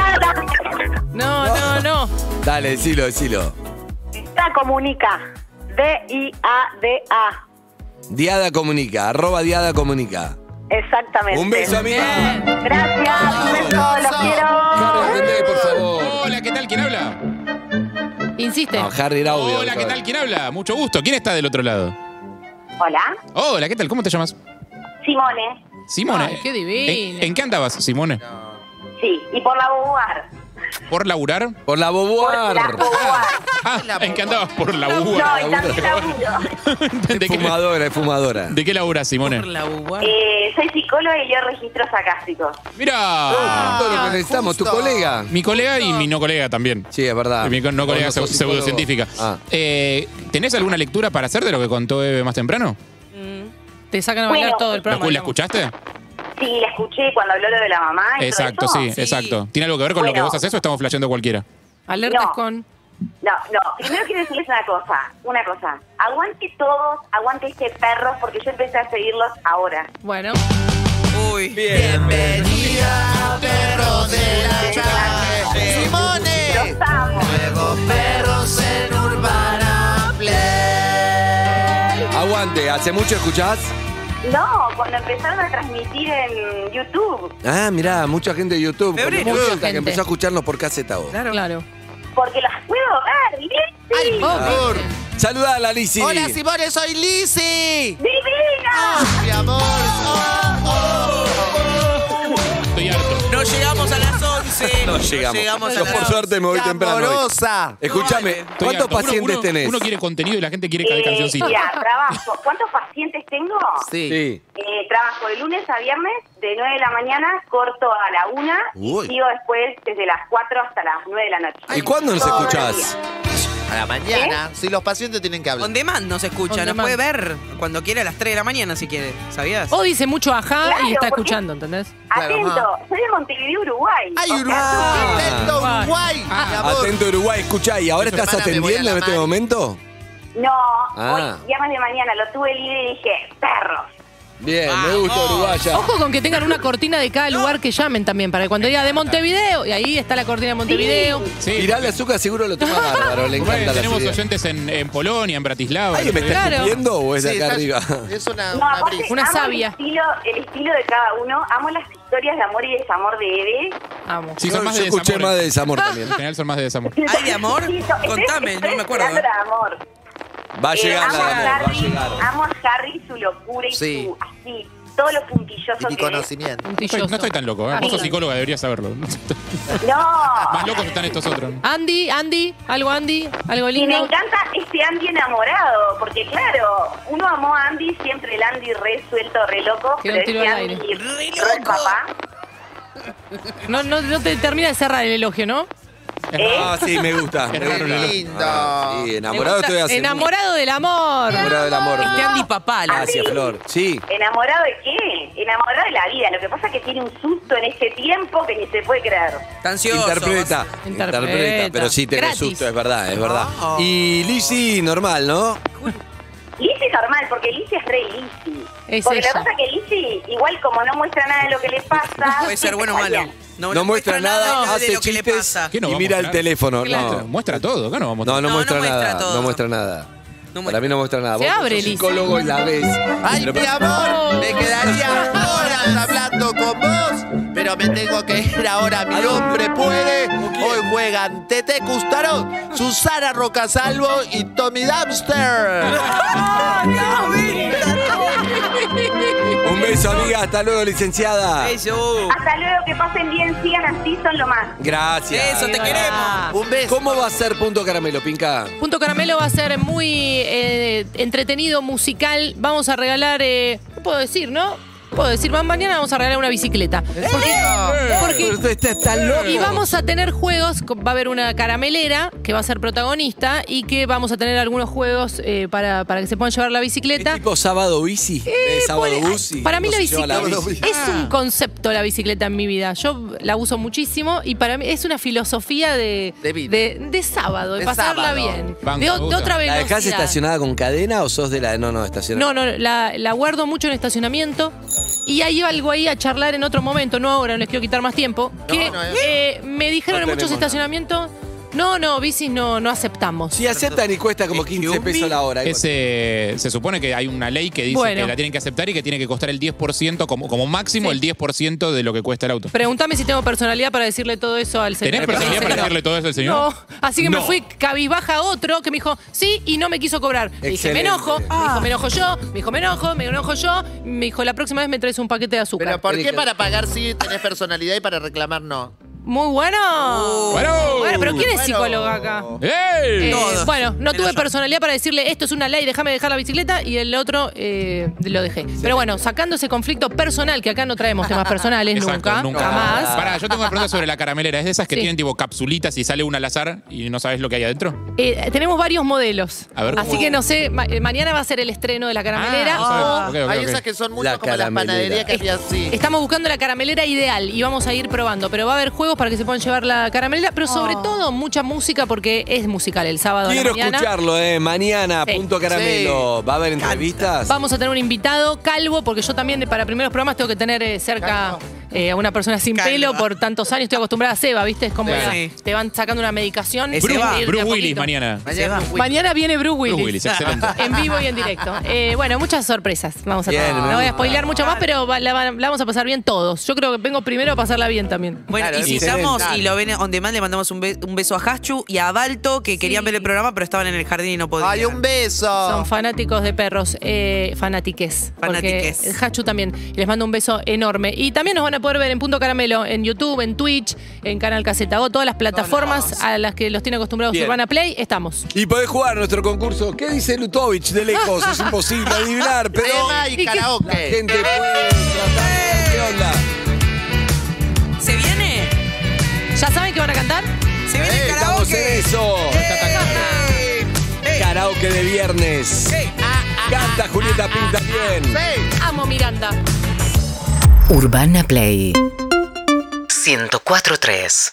Speaker 6: No, no, no.
Speaker 3: Dale, decilo, decilo.
Speaker 7: Diada comunica. D-I-A-D-A.
Speaker 3: Diada Comunica, arroba Diada Comunica.
Speaker 7: Exactamente.
Speaker 3: Un beso, amiga.
Speaker 7: Gracias, un beso, los quiero.
Speaker 3: Harry, atendé, por favor.
Speaker 4: Hola, ¿qué tal? ¿Quién habla?
Speaker 6: Insiste.
Speaker 3: No, Harry era obvio.
Speaker 4: Hola, ¿qué tal? ¿Quién habla? Mucho gusto. ¿Quién está del otro lado?
Speaker 7: Hola,
Speaker 4: Hola, ¿qué tal? ¿Cómo te llamas?
Speaker 7: Simone.
Speaker 4: Simone.
Speaker 6: Ay, qué
Speaker 4: ¿En,
Speaker 6: divina.
Speaker 4: en qué andabas, Simone?
Speaker 7: Sí, y por la Boguar.
Speaker 4: ¿Por laburar?
Speaker 3: Por la
Speaker 7: Por la
Speaker 3: Boboar.
Speaker 7: Boguar.
Speaker 4: Ah, ¿en qué andabas? Por
Speaker 7: No,
Speaker 4: laburar.
Speaker 7: y también laburo.
Speaker 4: ¿De,
Speaker 3: Es
Speaker 4: qué,
Speaker 3: fumadora, es fumadora.
Speaker 4: ¿De qué laburas, Simone?
Speaker 9: La uva.
Speaker 7: Eh, soy psicóloga y yo registro sacásticos.
Speaker 4: Mira,
Speaker 3: Ah, Todo lo que necesitamos, tu colega.
Speaker 4: mi colega y mi no colega también.
Speaker 3: Sí, es verdad.
Speaker 4: Y mi co- no colega
Speaker 3: Ah. Vos sos
Speaker 4: pseu-
Speaker 3: psicólogo.
Speaker 4: pseudocientífica.
Speaker 3: Ah.
Speaker 4: Eh, ¿Tenés alguna lectura para hacer de lo que contó Eve más temprano?
Speaker 6: Te sacan a bailar
Speaker 7: Bueno.
Speaker 6: todo el
Speaker 4: ¿La,
Speaker 6: programa.
Speaker 4: ¿La escuchaste?
Speaker 7: Sí, la escuché cuando habló lo Ah, de la mamá. y todo
Speaker 4: Exacto,
Speaker 7: eso.
Speaker 4: sí, exacto. ¿Tiene algo que ver con lo que
Speaker 7: Bueno.
Speaker 4: vos haces o estamos flasheando cualquiera?
Speaker 6: Alertas
Speaker 7: No.
Speaker 6: con.
Speaker 7: No, no, primero quiero decirles una cosa, una cosa. Aguante todos, aguante este perro, porque yo empecé a seguirlos ahora.
Speaker 6: Bueno.
Speaker 12: Uy.
Speaker 5: Bienvenida, perros de la calle. Simone.
Speaker 7: Los amo.
Speaker 5: Nuevos perros en Urbana Play.
Speaker 3: Aguante, ¿hace mucho escuchás?
Speaker 7: No, cuando empezaron a transmitir en YouTube,
Speaker 3: Ah, mirá, mucha gente de YouTube.
Speaker 12: Febrero.
Speaker 3: Como
Speaker 6: Mucha
Speaker 3: Zucca, que
Speaker 6: gente.
Speaker 3: empezó a escucharnos por caseta vos.
Speaker 6: Claro.
Speaker 7: porque los puedo ver, ¡Lizzy!
Speaker 6: Obvio.
Speaker 3: Saluda a la Lizzy.
Speaker 5: Hola, Simone, soy Lizzy.
Speaker 7: ¡Divina!
Speaker 5: Mi amor. Oh,
Speaker 4: Estoy harto.
Speaker 12: No llegamos a las 11.
Speaker 3: No llegamos.
Speaker 12: llegamos a
Speaker 3: Yo
Speaker 12: las
Speaker 3: por
Speaker 12: 11.
Speaker 3: suerte me voy
Speaker 5: qué
Speaker 3: temprano. hoy.
Speaker 5: amorosa.
Speaker 3: Escúchame,
Speaker 12: Estoy
Speaker 4: Estoy
Speaker 3: ¿cuántos
Speaker 4: harto. Uno-
Speaker 3: pacientes
Speaker 4: uno-
Speaker 3: tenés?
Speaker 4: Uno quiere contenido y la gente quiere cada
Speaker 7: Eh,
Speaker 4: cancioncita.
Speaker 7: mira, trabajo. ¿Cuántos pacientes tengo?
Speaker 3: Sí.
Speaker 7: Eh, trabajo de lunes a viernes, de 9 de la mañana, corto a la 1
Speaker 3: Uy.
Speaker 7: y sigo después desde las 4 hasta las 9 de la noche.
Speaker 3: ¿Y cuándo nos
Speaker 7: Todo el
Speaker 3: escuchás?
Speaker 7: día.
Speaker 5: A la mañana, si los pacientes tienen que hablar.
Speaker 9: On demand nos escucha,
Speaker 6: On
Speaker 9: nos
Speaker 6: demand.
Speaker 9: puede ver cuando quiera a las 3 de la mañana si quiere, ¿sabías?
Speaker 6: O dice mucho ajá
Speaker 7: Claro,
Speaker 6: y está
Speaker 7: porque-
Speaker 6: escuchando, ¿entendés?
Speaker 5: Claro,
Speaker 7: Atento, soy de Montevideo, Uruguay.
Speaker 5: ¡Ay,
Speaker 7: O sea,
Speaker 5: Uruguay! ¡Atento, Ah, Uruguay! Mi amor.
Speaker 3: Atento Uruguay, escuchá, ¿y ahora
Speaker 5: Hermana,
Speaker 3: estás
Speaker 5: me voy a
Speaker 3: atendiendo
Speaker 5: la
Speaker 3: en este
Speaker 5: mano.
Speaker 3: momento?
Speaker 7: No,
Speaker 3: Ah.
Speaker 7: hoy, ya más de mañana, lo tuve libre y dije, perros.
Speaker 3: Bien, me gusta Uruguaya.
Speaker 6: Ojo con que tengan una cortina de cada lugar que llamen también, para que cuando diga de Montevideo, y ahí está la cortina de Montevideo.
Speaker 4: Sí,
Speaker 3: Mirá, el azúcar seguro lo toma bárbaro, le
Speaker 4: porque
Speaker 3: encanta la
Speaker 4: tenemos
Speaker 3: ideas.
Speaker 4: oyentes en, en Polonia, en Bratislava.
Speaker 3: ¿Alguien me está
Speaker 6: Claro.
Speaker 3: escupiendo o es de
Speaker 5: Sí,
Speaker 3: acá
Speaker 5: está-
Speaker 3: arriba?
Speaker 5: Es una,
Speaker 7: No,
Speaker 5: una
Speaker 7: aparte,
Speaker 5: brisa.
Speaker 6: Una
Speaker 7: amo
Speaker 6: sabia.
Speaker 7: El estilo, el estilo de cada uno, amo las historias de amor y desamor de Eve.
Speaker 6: Amo.
Speaker 4: Sí,
Speaker 3: Yo,
Speaker 4: son más
Speaker 3: yo
Speaker 4: de
Speaker 3: escuché
Speaker 4: desamor.
Speaker 3: más de desamor también.
Speaker 4: En general son más de desamor.
Speaker 9: ¿Hay de amor?
Speaker 7: Sí, so- estoy-
Speaker 9: Contame,
Speaker 7: estoy
Speaker 9: no me acuerdo,
Speaker 7: esperando
Speaker 9: ¿eh?
Speaker 7: de amor.
Speaker 3: Va a
Speaker 7: Eh,
Speaker 3: llegar la
Speaker 7: amo,
Speaker 3: de amor, va a
Speaker 7: Harry,
Speaker 3: llegar.
Speaker 7: amo a Harry, su locura y
Speaker 5: Sí.
Speaker 7: su así, todo lo puntilloso
Speaker 5: Y mi
Speaker 7: que es.
Speaker 5: conocimiento.
Speaker 4: No estoy, no estoy tan loco, ¿eh? vos sos psicóloga, deberías saberlo.
Speaker 7: No.
Speaker 4: Más locos están estos otros.
Speaker 6: Andy, Andy, algo Andy, algo
Speaker 7: Y me
Speaker 6: lindo.
Speaker 7: encanta, es este Andy enamorado, porque claro, uno amó a Andy, siempre el Andy re suelto, re loco,
Speaker 6: Tira
Speaker 7: pero
Speaker 6: un tiro
Speaker 7: este
Speaker 6: al aire.
Speaker 7: Andy re papá.
Speaker 6: No, no, no te termina de cerrar el elogio, ¿no?
Speaker 3: Ah, sí, me gusta.
Speaker 5: Qué
Speaker 3: me gusta.
Speaker 5: lindo.
Speaker 3: Ah, sí, enamorado
Speaker 6: Me gusta-
Speaker 3: estoy hace.
Speaker 6: Enamorado del amor.
Speaker 3: Enamorado del amor.
Speaker 9: Este Andy papá. la-
Speaker 3: Gracias, Flor. Sí.
Speaker 7: ¿Enamorado de qué? Enamorado de la vida, lo que pasa es que tiene un susto en este tiempo que ni se puede creer.
Speaker 9: Está ansioso.
Speaker 3: Interpreta,
Speaker 9: vas-
Speaker 3: interpreta, pero sí tenés
Speaker 7: Gratis.
Speaker 3: susto, es verdad, es verdad. Y Lizzy, normal, ¿no?
Speaker 7: Lizzy es normal, porque Lizzy es re Lizzy.
Speaker 6: Es
Speaker 7: porque
Speaker 6: ella.
Speaker 7: lo que pasa es que Lizzy, igual como no muestra nada de lo que le pasa...
Speaker 9: Puede ser bueno o
Speaker 7: está
Speaker 9: malo.
Speaker 7: bien.
Speaker 3: No, muestra nada, hace chistes
Speaker 4: ¿Qué no
Speaker 3: y
Speaker 4: va a
Speaker 3: mira el
Speaker 4: mostrar?
Speaker 3: teléfono.
Speaker 4: Claro.
Speaker 3: No.
Speaker 4: Muestra todo, acá no vamos a
Speaker 3: No, no, muestra,
Speaker 4: mostrar. muestra
Speaker 3: nada,
Speaker 4: todo.
Speaker 3: no muestra nada. Para mí no muestra nada.
Speaker 6: Se
Speaker 3: Vos
Speaker 6: abre,
Speaker 3: sos
Speaker 6: Lizzy.
Speaker 3: psicólogo y la ves.
Speaker 5: Ay,
Speaker 3: Pero-
Speaker 5: mi amor, me quedaría horas hablando con vos, pero me tengo que ir ahora. Mi hombre puede. Hoy juegan Tete Custaron, Susana Rocasalvo y Tommy Dubster.
Speaker 3: Un beso, amiga. Hasta luego, licenciada.
Speaker 7: Hasta luego, que pasen bien, sigan así, son lo más.
Speaker 3: Gracias.
Speaker 9: Eso, te queremos.
Speaker 5: Un beso.
Speaker 3: ¿Cómo va a ser Punto Caramelo, Pinca?
Speaker 6: Punto Caramelo va a ser muy eh, entretenido, musical. Vamos a regalar, eh, no puedo decir, ¿no? Puedo decir, ma- mañana vamos a regalar una bicicleta. Porque, porque-
Speaker 3: Pero Eh, usted está, está loco.
Speaker 6: y vamos a tener juegos, co- va a haber una caramelera que va a ser protagonista y que vamos a tener algunos juegos eh, para, para que se puedan llevar la bicicleta.
Speaker 3: Tipo sábado bici. de sábado bus. y
Speaker 6: Eh, Para mí la
Speaker 3: no se lleva
Speaker 6: bicicleta
Speaker 3: bici.
Speaker 6: es un concepto la bicicleta en mi vida. Yo la uso muchísimo y para mí es una filosofía de,
Speaker 5: De vida.
Speaker 6: de- de sábado, de,
Speaker 5: De
Speaker 6: pasarla
Speaker 5: sábado.
Speaker 6: bien.
Speaker 3: Banco,
Speaker 6: de, o-
Speaker 3: me
Speaker 6: de
Speaker 3: gusta.
Speaker 6: otra
Speaker 3: ¿La
Speaker 6: velocidad.
Speaker 3: dejás estacionada con cadena o sos de la.? No, no,
Speaker 6: No,
Speaker 3: estacionada.
Speaker 6: no, la, la guardo mucho en estacionamiento. Y hay algo ahí a charlar en otro momento, no ahora, no les quiero quitar más tiempo. que
Speaker 5: no, eh.
Speaker 6: eh, me dijeron
Speaker 3: No
Speaker 6: en muchos
Speaker 3: tenemos nada.
Speaker 6: estacionamientos, no, no, bicis no, no aceptamos.
Speaker 3: Si aceptan y cuesta como 15 pesos la hora. igual.
Speaker 4: Ese, eh, se supone que hay una ley que dice
Speaker 6: Bueno.
Speaker 4: que la tienen que aceptar y que tiene que costar el 10%, como, como máximo el 10% de lo que cuesta el auto.
Speaker 6: Pregúntame si tengo personalidad para decirle todo eso al señor.
Speaker 4: ¿Tenés personalidad para
Speaker 6: No.
Speaker 4: decirle todo eso al señor?
Speaker 6: No, así que me
Speaker 4: No.
Speaker 6: fui cabizbaja a otro que me dijo, sí, y no me quiso cobrar. Le dije, me
Speaker 3: Excelente.
Speaker 6: enojo, me dijo, me enojo yo, me dijo, me enojo, me enojo yo, me dijo, la próxima vez me traes un paquete de azúcar.
Speaker 5: Pero ¿por qué para pagar sí tenés personalidad y para reclamar no?
Speaker 6: Muy bueno.
Speaker 4: Bueno.
Speaker 6: Bueno, pero ¿quién es
Speaker 5: Bueno.
Speaker 6: psicólogo acá?
Speaker 4: ¡Ey!
Speaker 6: Eh,
Speaker 9: Todos.
Speaker 6: bueno, no
Speaker 9: Me
Speaker 6: tuve
Speaker 9: la llevo.
Speaker 6: personalidad para decirle esto es una ley, déjame dejar la bicicleta y el otro eh, lo dejé. Pero bueno, sacando ese conflicto personal, que acá no traemos temas personales
Speaker 4: Exacto,
Speaker 6: nunca, jamás.
Speaker 4: Pará, yo tengo una pregunta sobre la caramelera. ¿Es de esas que
Speaker 6: Sí.
Speaker 4: tienen tipo capsulitas y sale una al azar y no sabes lo que hay adentro?
Speaker 6: Eh, tenemos varios modelos.
Speaker 4: A ver,
Speaker 6: Así
Speaker 4: ¿cómo?
Speaker 6: que no sé, ma- eh, mañana va a ser el estreno de la caramelera.
Speaker 4: Ah, no
Speaker 6: o-
Speaker 4: sabes. Ok, ok,
Speaker 5: Hay
Speaker 4: ok.
Speaker 5: esas que son
Speaker 3: La
Speaker 5: mucho como las
Speaker 3: caramelera.
Speaker 5: panaderías que hacía así.
Speaker 6: Estamos buscando la caramelera ideal y vamos a ir probando, pero va a haber juegos para que se puedan llevar la caramelera, pero sobre todo mucha música porque es musical el sábado. a la
Speaker 3: Quiero
Speaker 6: mañana.
Speaker 3: escucharlo, eh. Mañana,
Speaker 6: Sí.
Speaker 3: Punto Caramelo. ¿Va a haber entrevistas?
Speaker 6: Vamos a tener un invitado calvo, porque yo también de- para primeros programas tengo que tener eh, cerca eh, a una persona sin
Speaker 9: Calva.
Speaker 6: pelo por tantos años. Estoy acostumbrada a Seba, ¿viste? Es como
Speaker 4: Sí.
Speaker 6: la-
Speaker 9: Sí.
Speaker 6: te van sacando una medicación.
Speaker 9: Es
Speaker 6: y
Speaker 4: Bruce,
Speaker 9: Seba.
Speaker 6: tenés que ir de
Speaker 4: Bruce
Speaker 6: a
Speaker 4: Willis
Speaker 6: poquito.
Speaker 4: mañana.
Speaker 9: Mañana va.
Speaker 6: Mañana viene Bruce Willis.
Speaker 4: Bruce Willis, excelente.
Speaker 6: En vivo y en directo. Eh, bueno, muchas sorpresas vamos a
Speaker 3: Bien,
Speaker 6: tener.
Speaker 3: me
Speaker 6: No voy a
Speaker 3: gusta.
Speaker 6: spoilear mucho más, pero va- la, van- la vamos a pasar bien todos. Yo creo que vengo primero a pasarla bien también.
Speaker 9: Bueno,
Speaker 3: Claro,
Speaker 9: y si
Speaker 3: excelente.
Speaker 9: estamos y lo ven on demand, le mandamos un, be- un beso a Hachu y a Balto, que querían ver el programa, pero estaban en el jardín y no podían.
Speaker 5: ¡Ay, un beso!
Speaker 9: Oh.
Speaker 6: Son fanáticos de perros, eh, fanatiques.
Speaker 9: Fanatiques.
Speaker 6: Porque el Hachu también. Y les mando un beso enorme. Y también nos van a poder ver en Punto Caramelo, en YouTube, en Twitch, en Canal Caseta O, todas las plataformas a las que los tiene acostumbrados
Speaker 3: Bien.
Speaker 6: Urbana Play, estamos.
Speaker 3: Y podés jugar nuestro concurso. ¿Qué dice Lutovich de lejos? Es imposible adivinar, pero
Speaker 5: Tema y
Speaker 3: la
Speaker 5: karaoke.
Speaker 3: gente puede tratar. ¿Qué onda?
Speaker 9: ¿Se viene?
Speaker 6: ¿Ya saben que van a cantar?
Speaker 9: ¿Se viene
Speaker 3: Eh,
Speaker 9: el
Speaker 3: estamos en
Speaker 9: karaoke?
Speaker 3: eso.
Speaker 9: ¡Eh! ¡Eh!
Speaker 3: Karaoke de viernes.
Speaker 9: ¡Eh!
Speaker 6: Ah,
Speaker 3: Canta Julieta Pinta bien.
Speaker 5: Sí.
Speaker 6: Amo Miranda.
Speaker 13: Urbana Play 104.3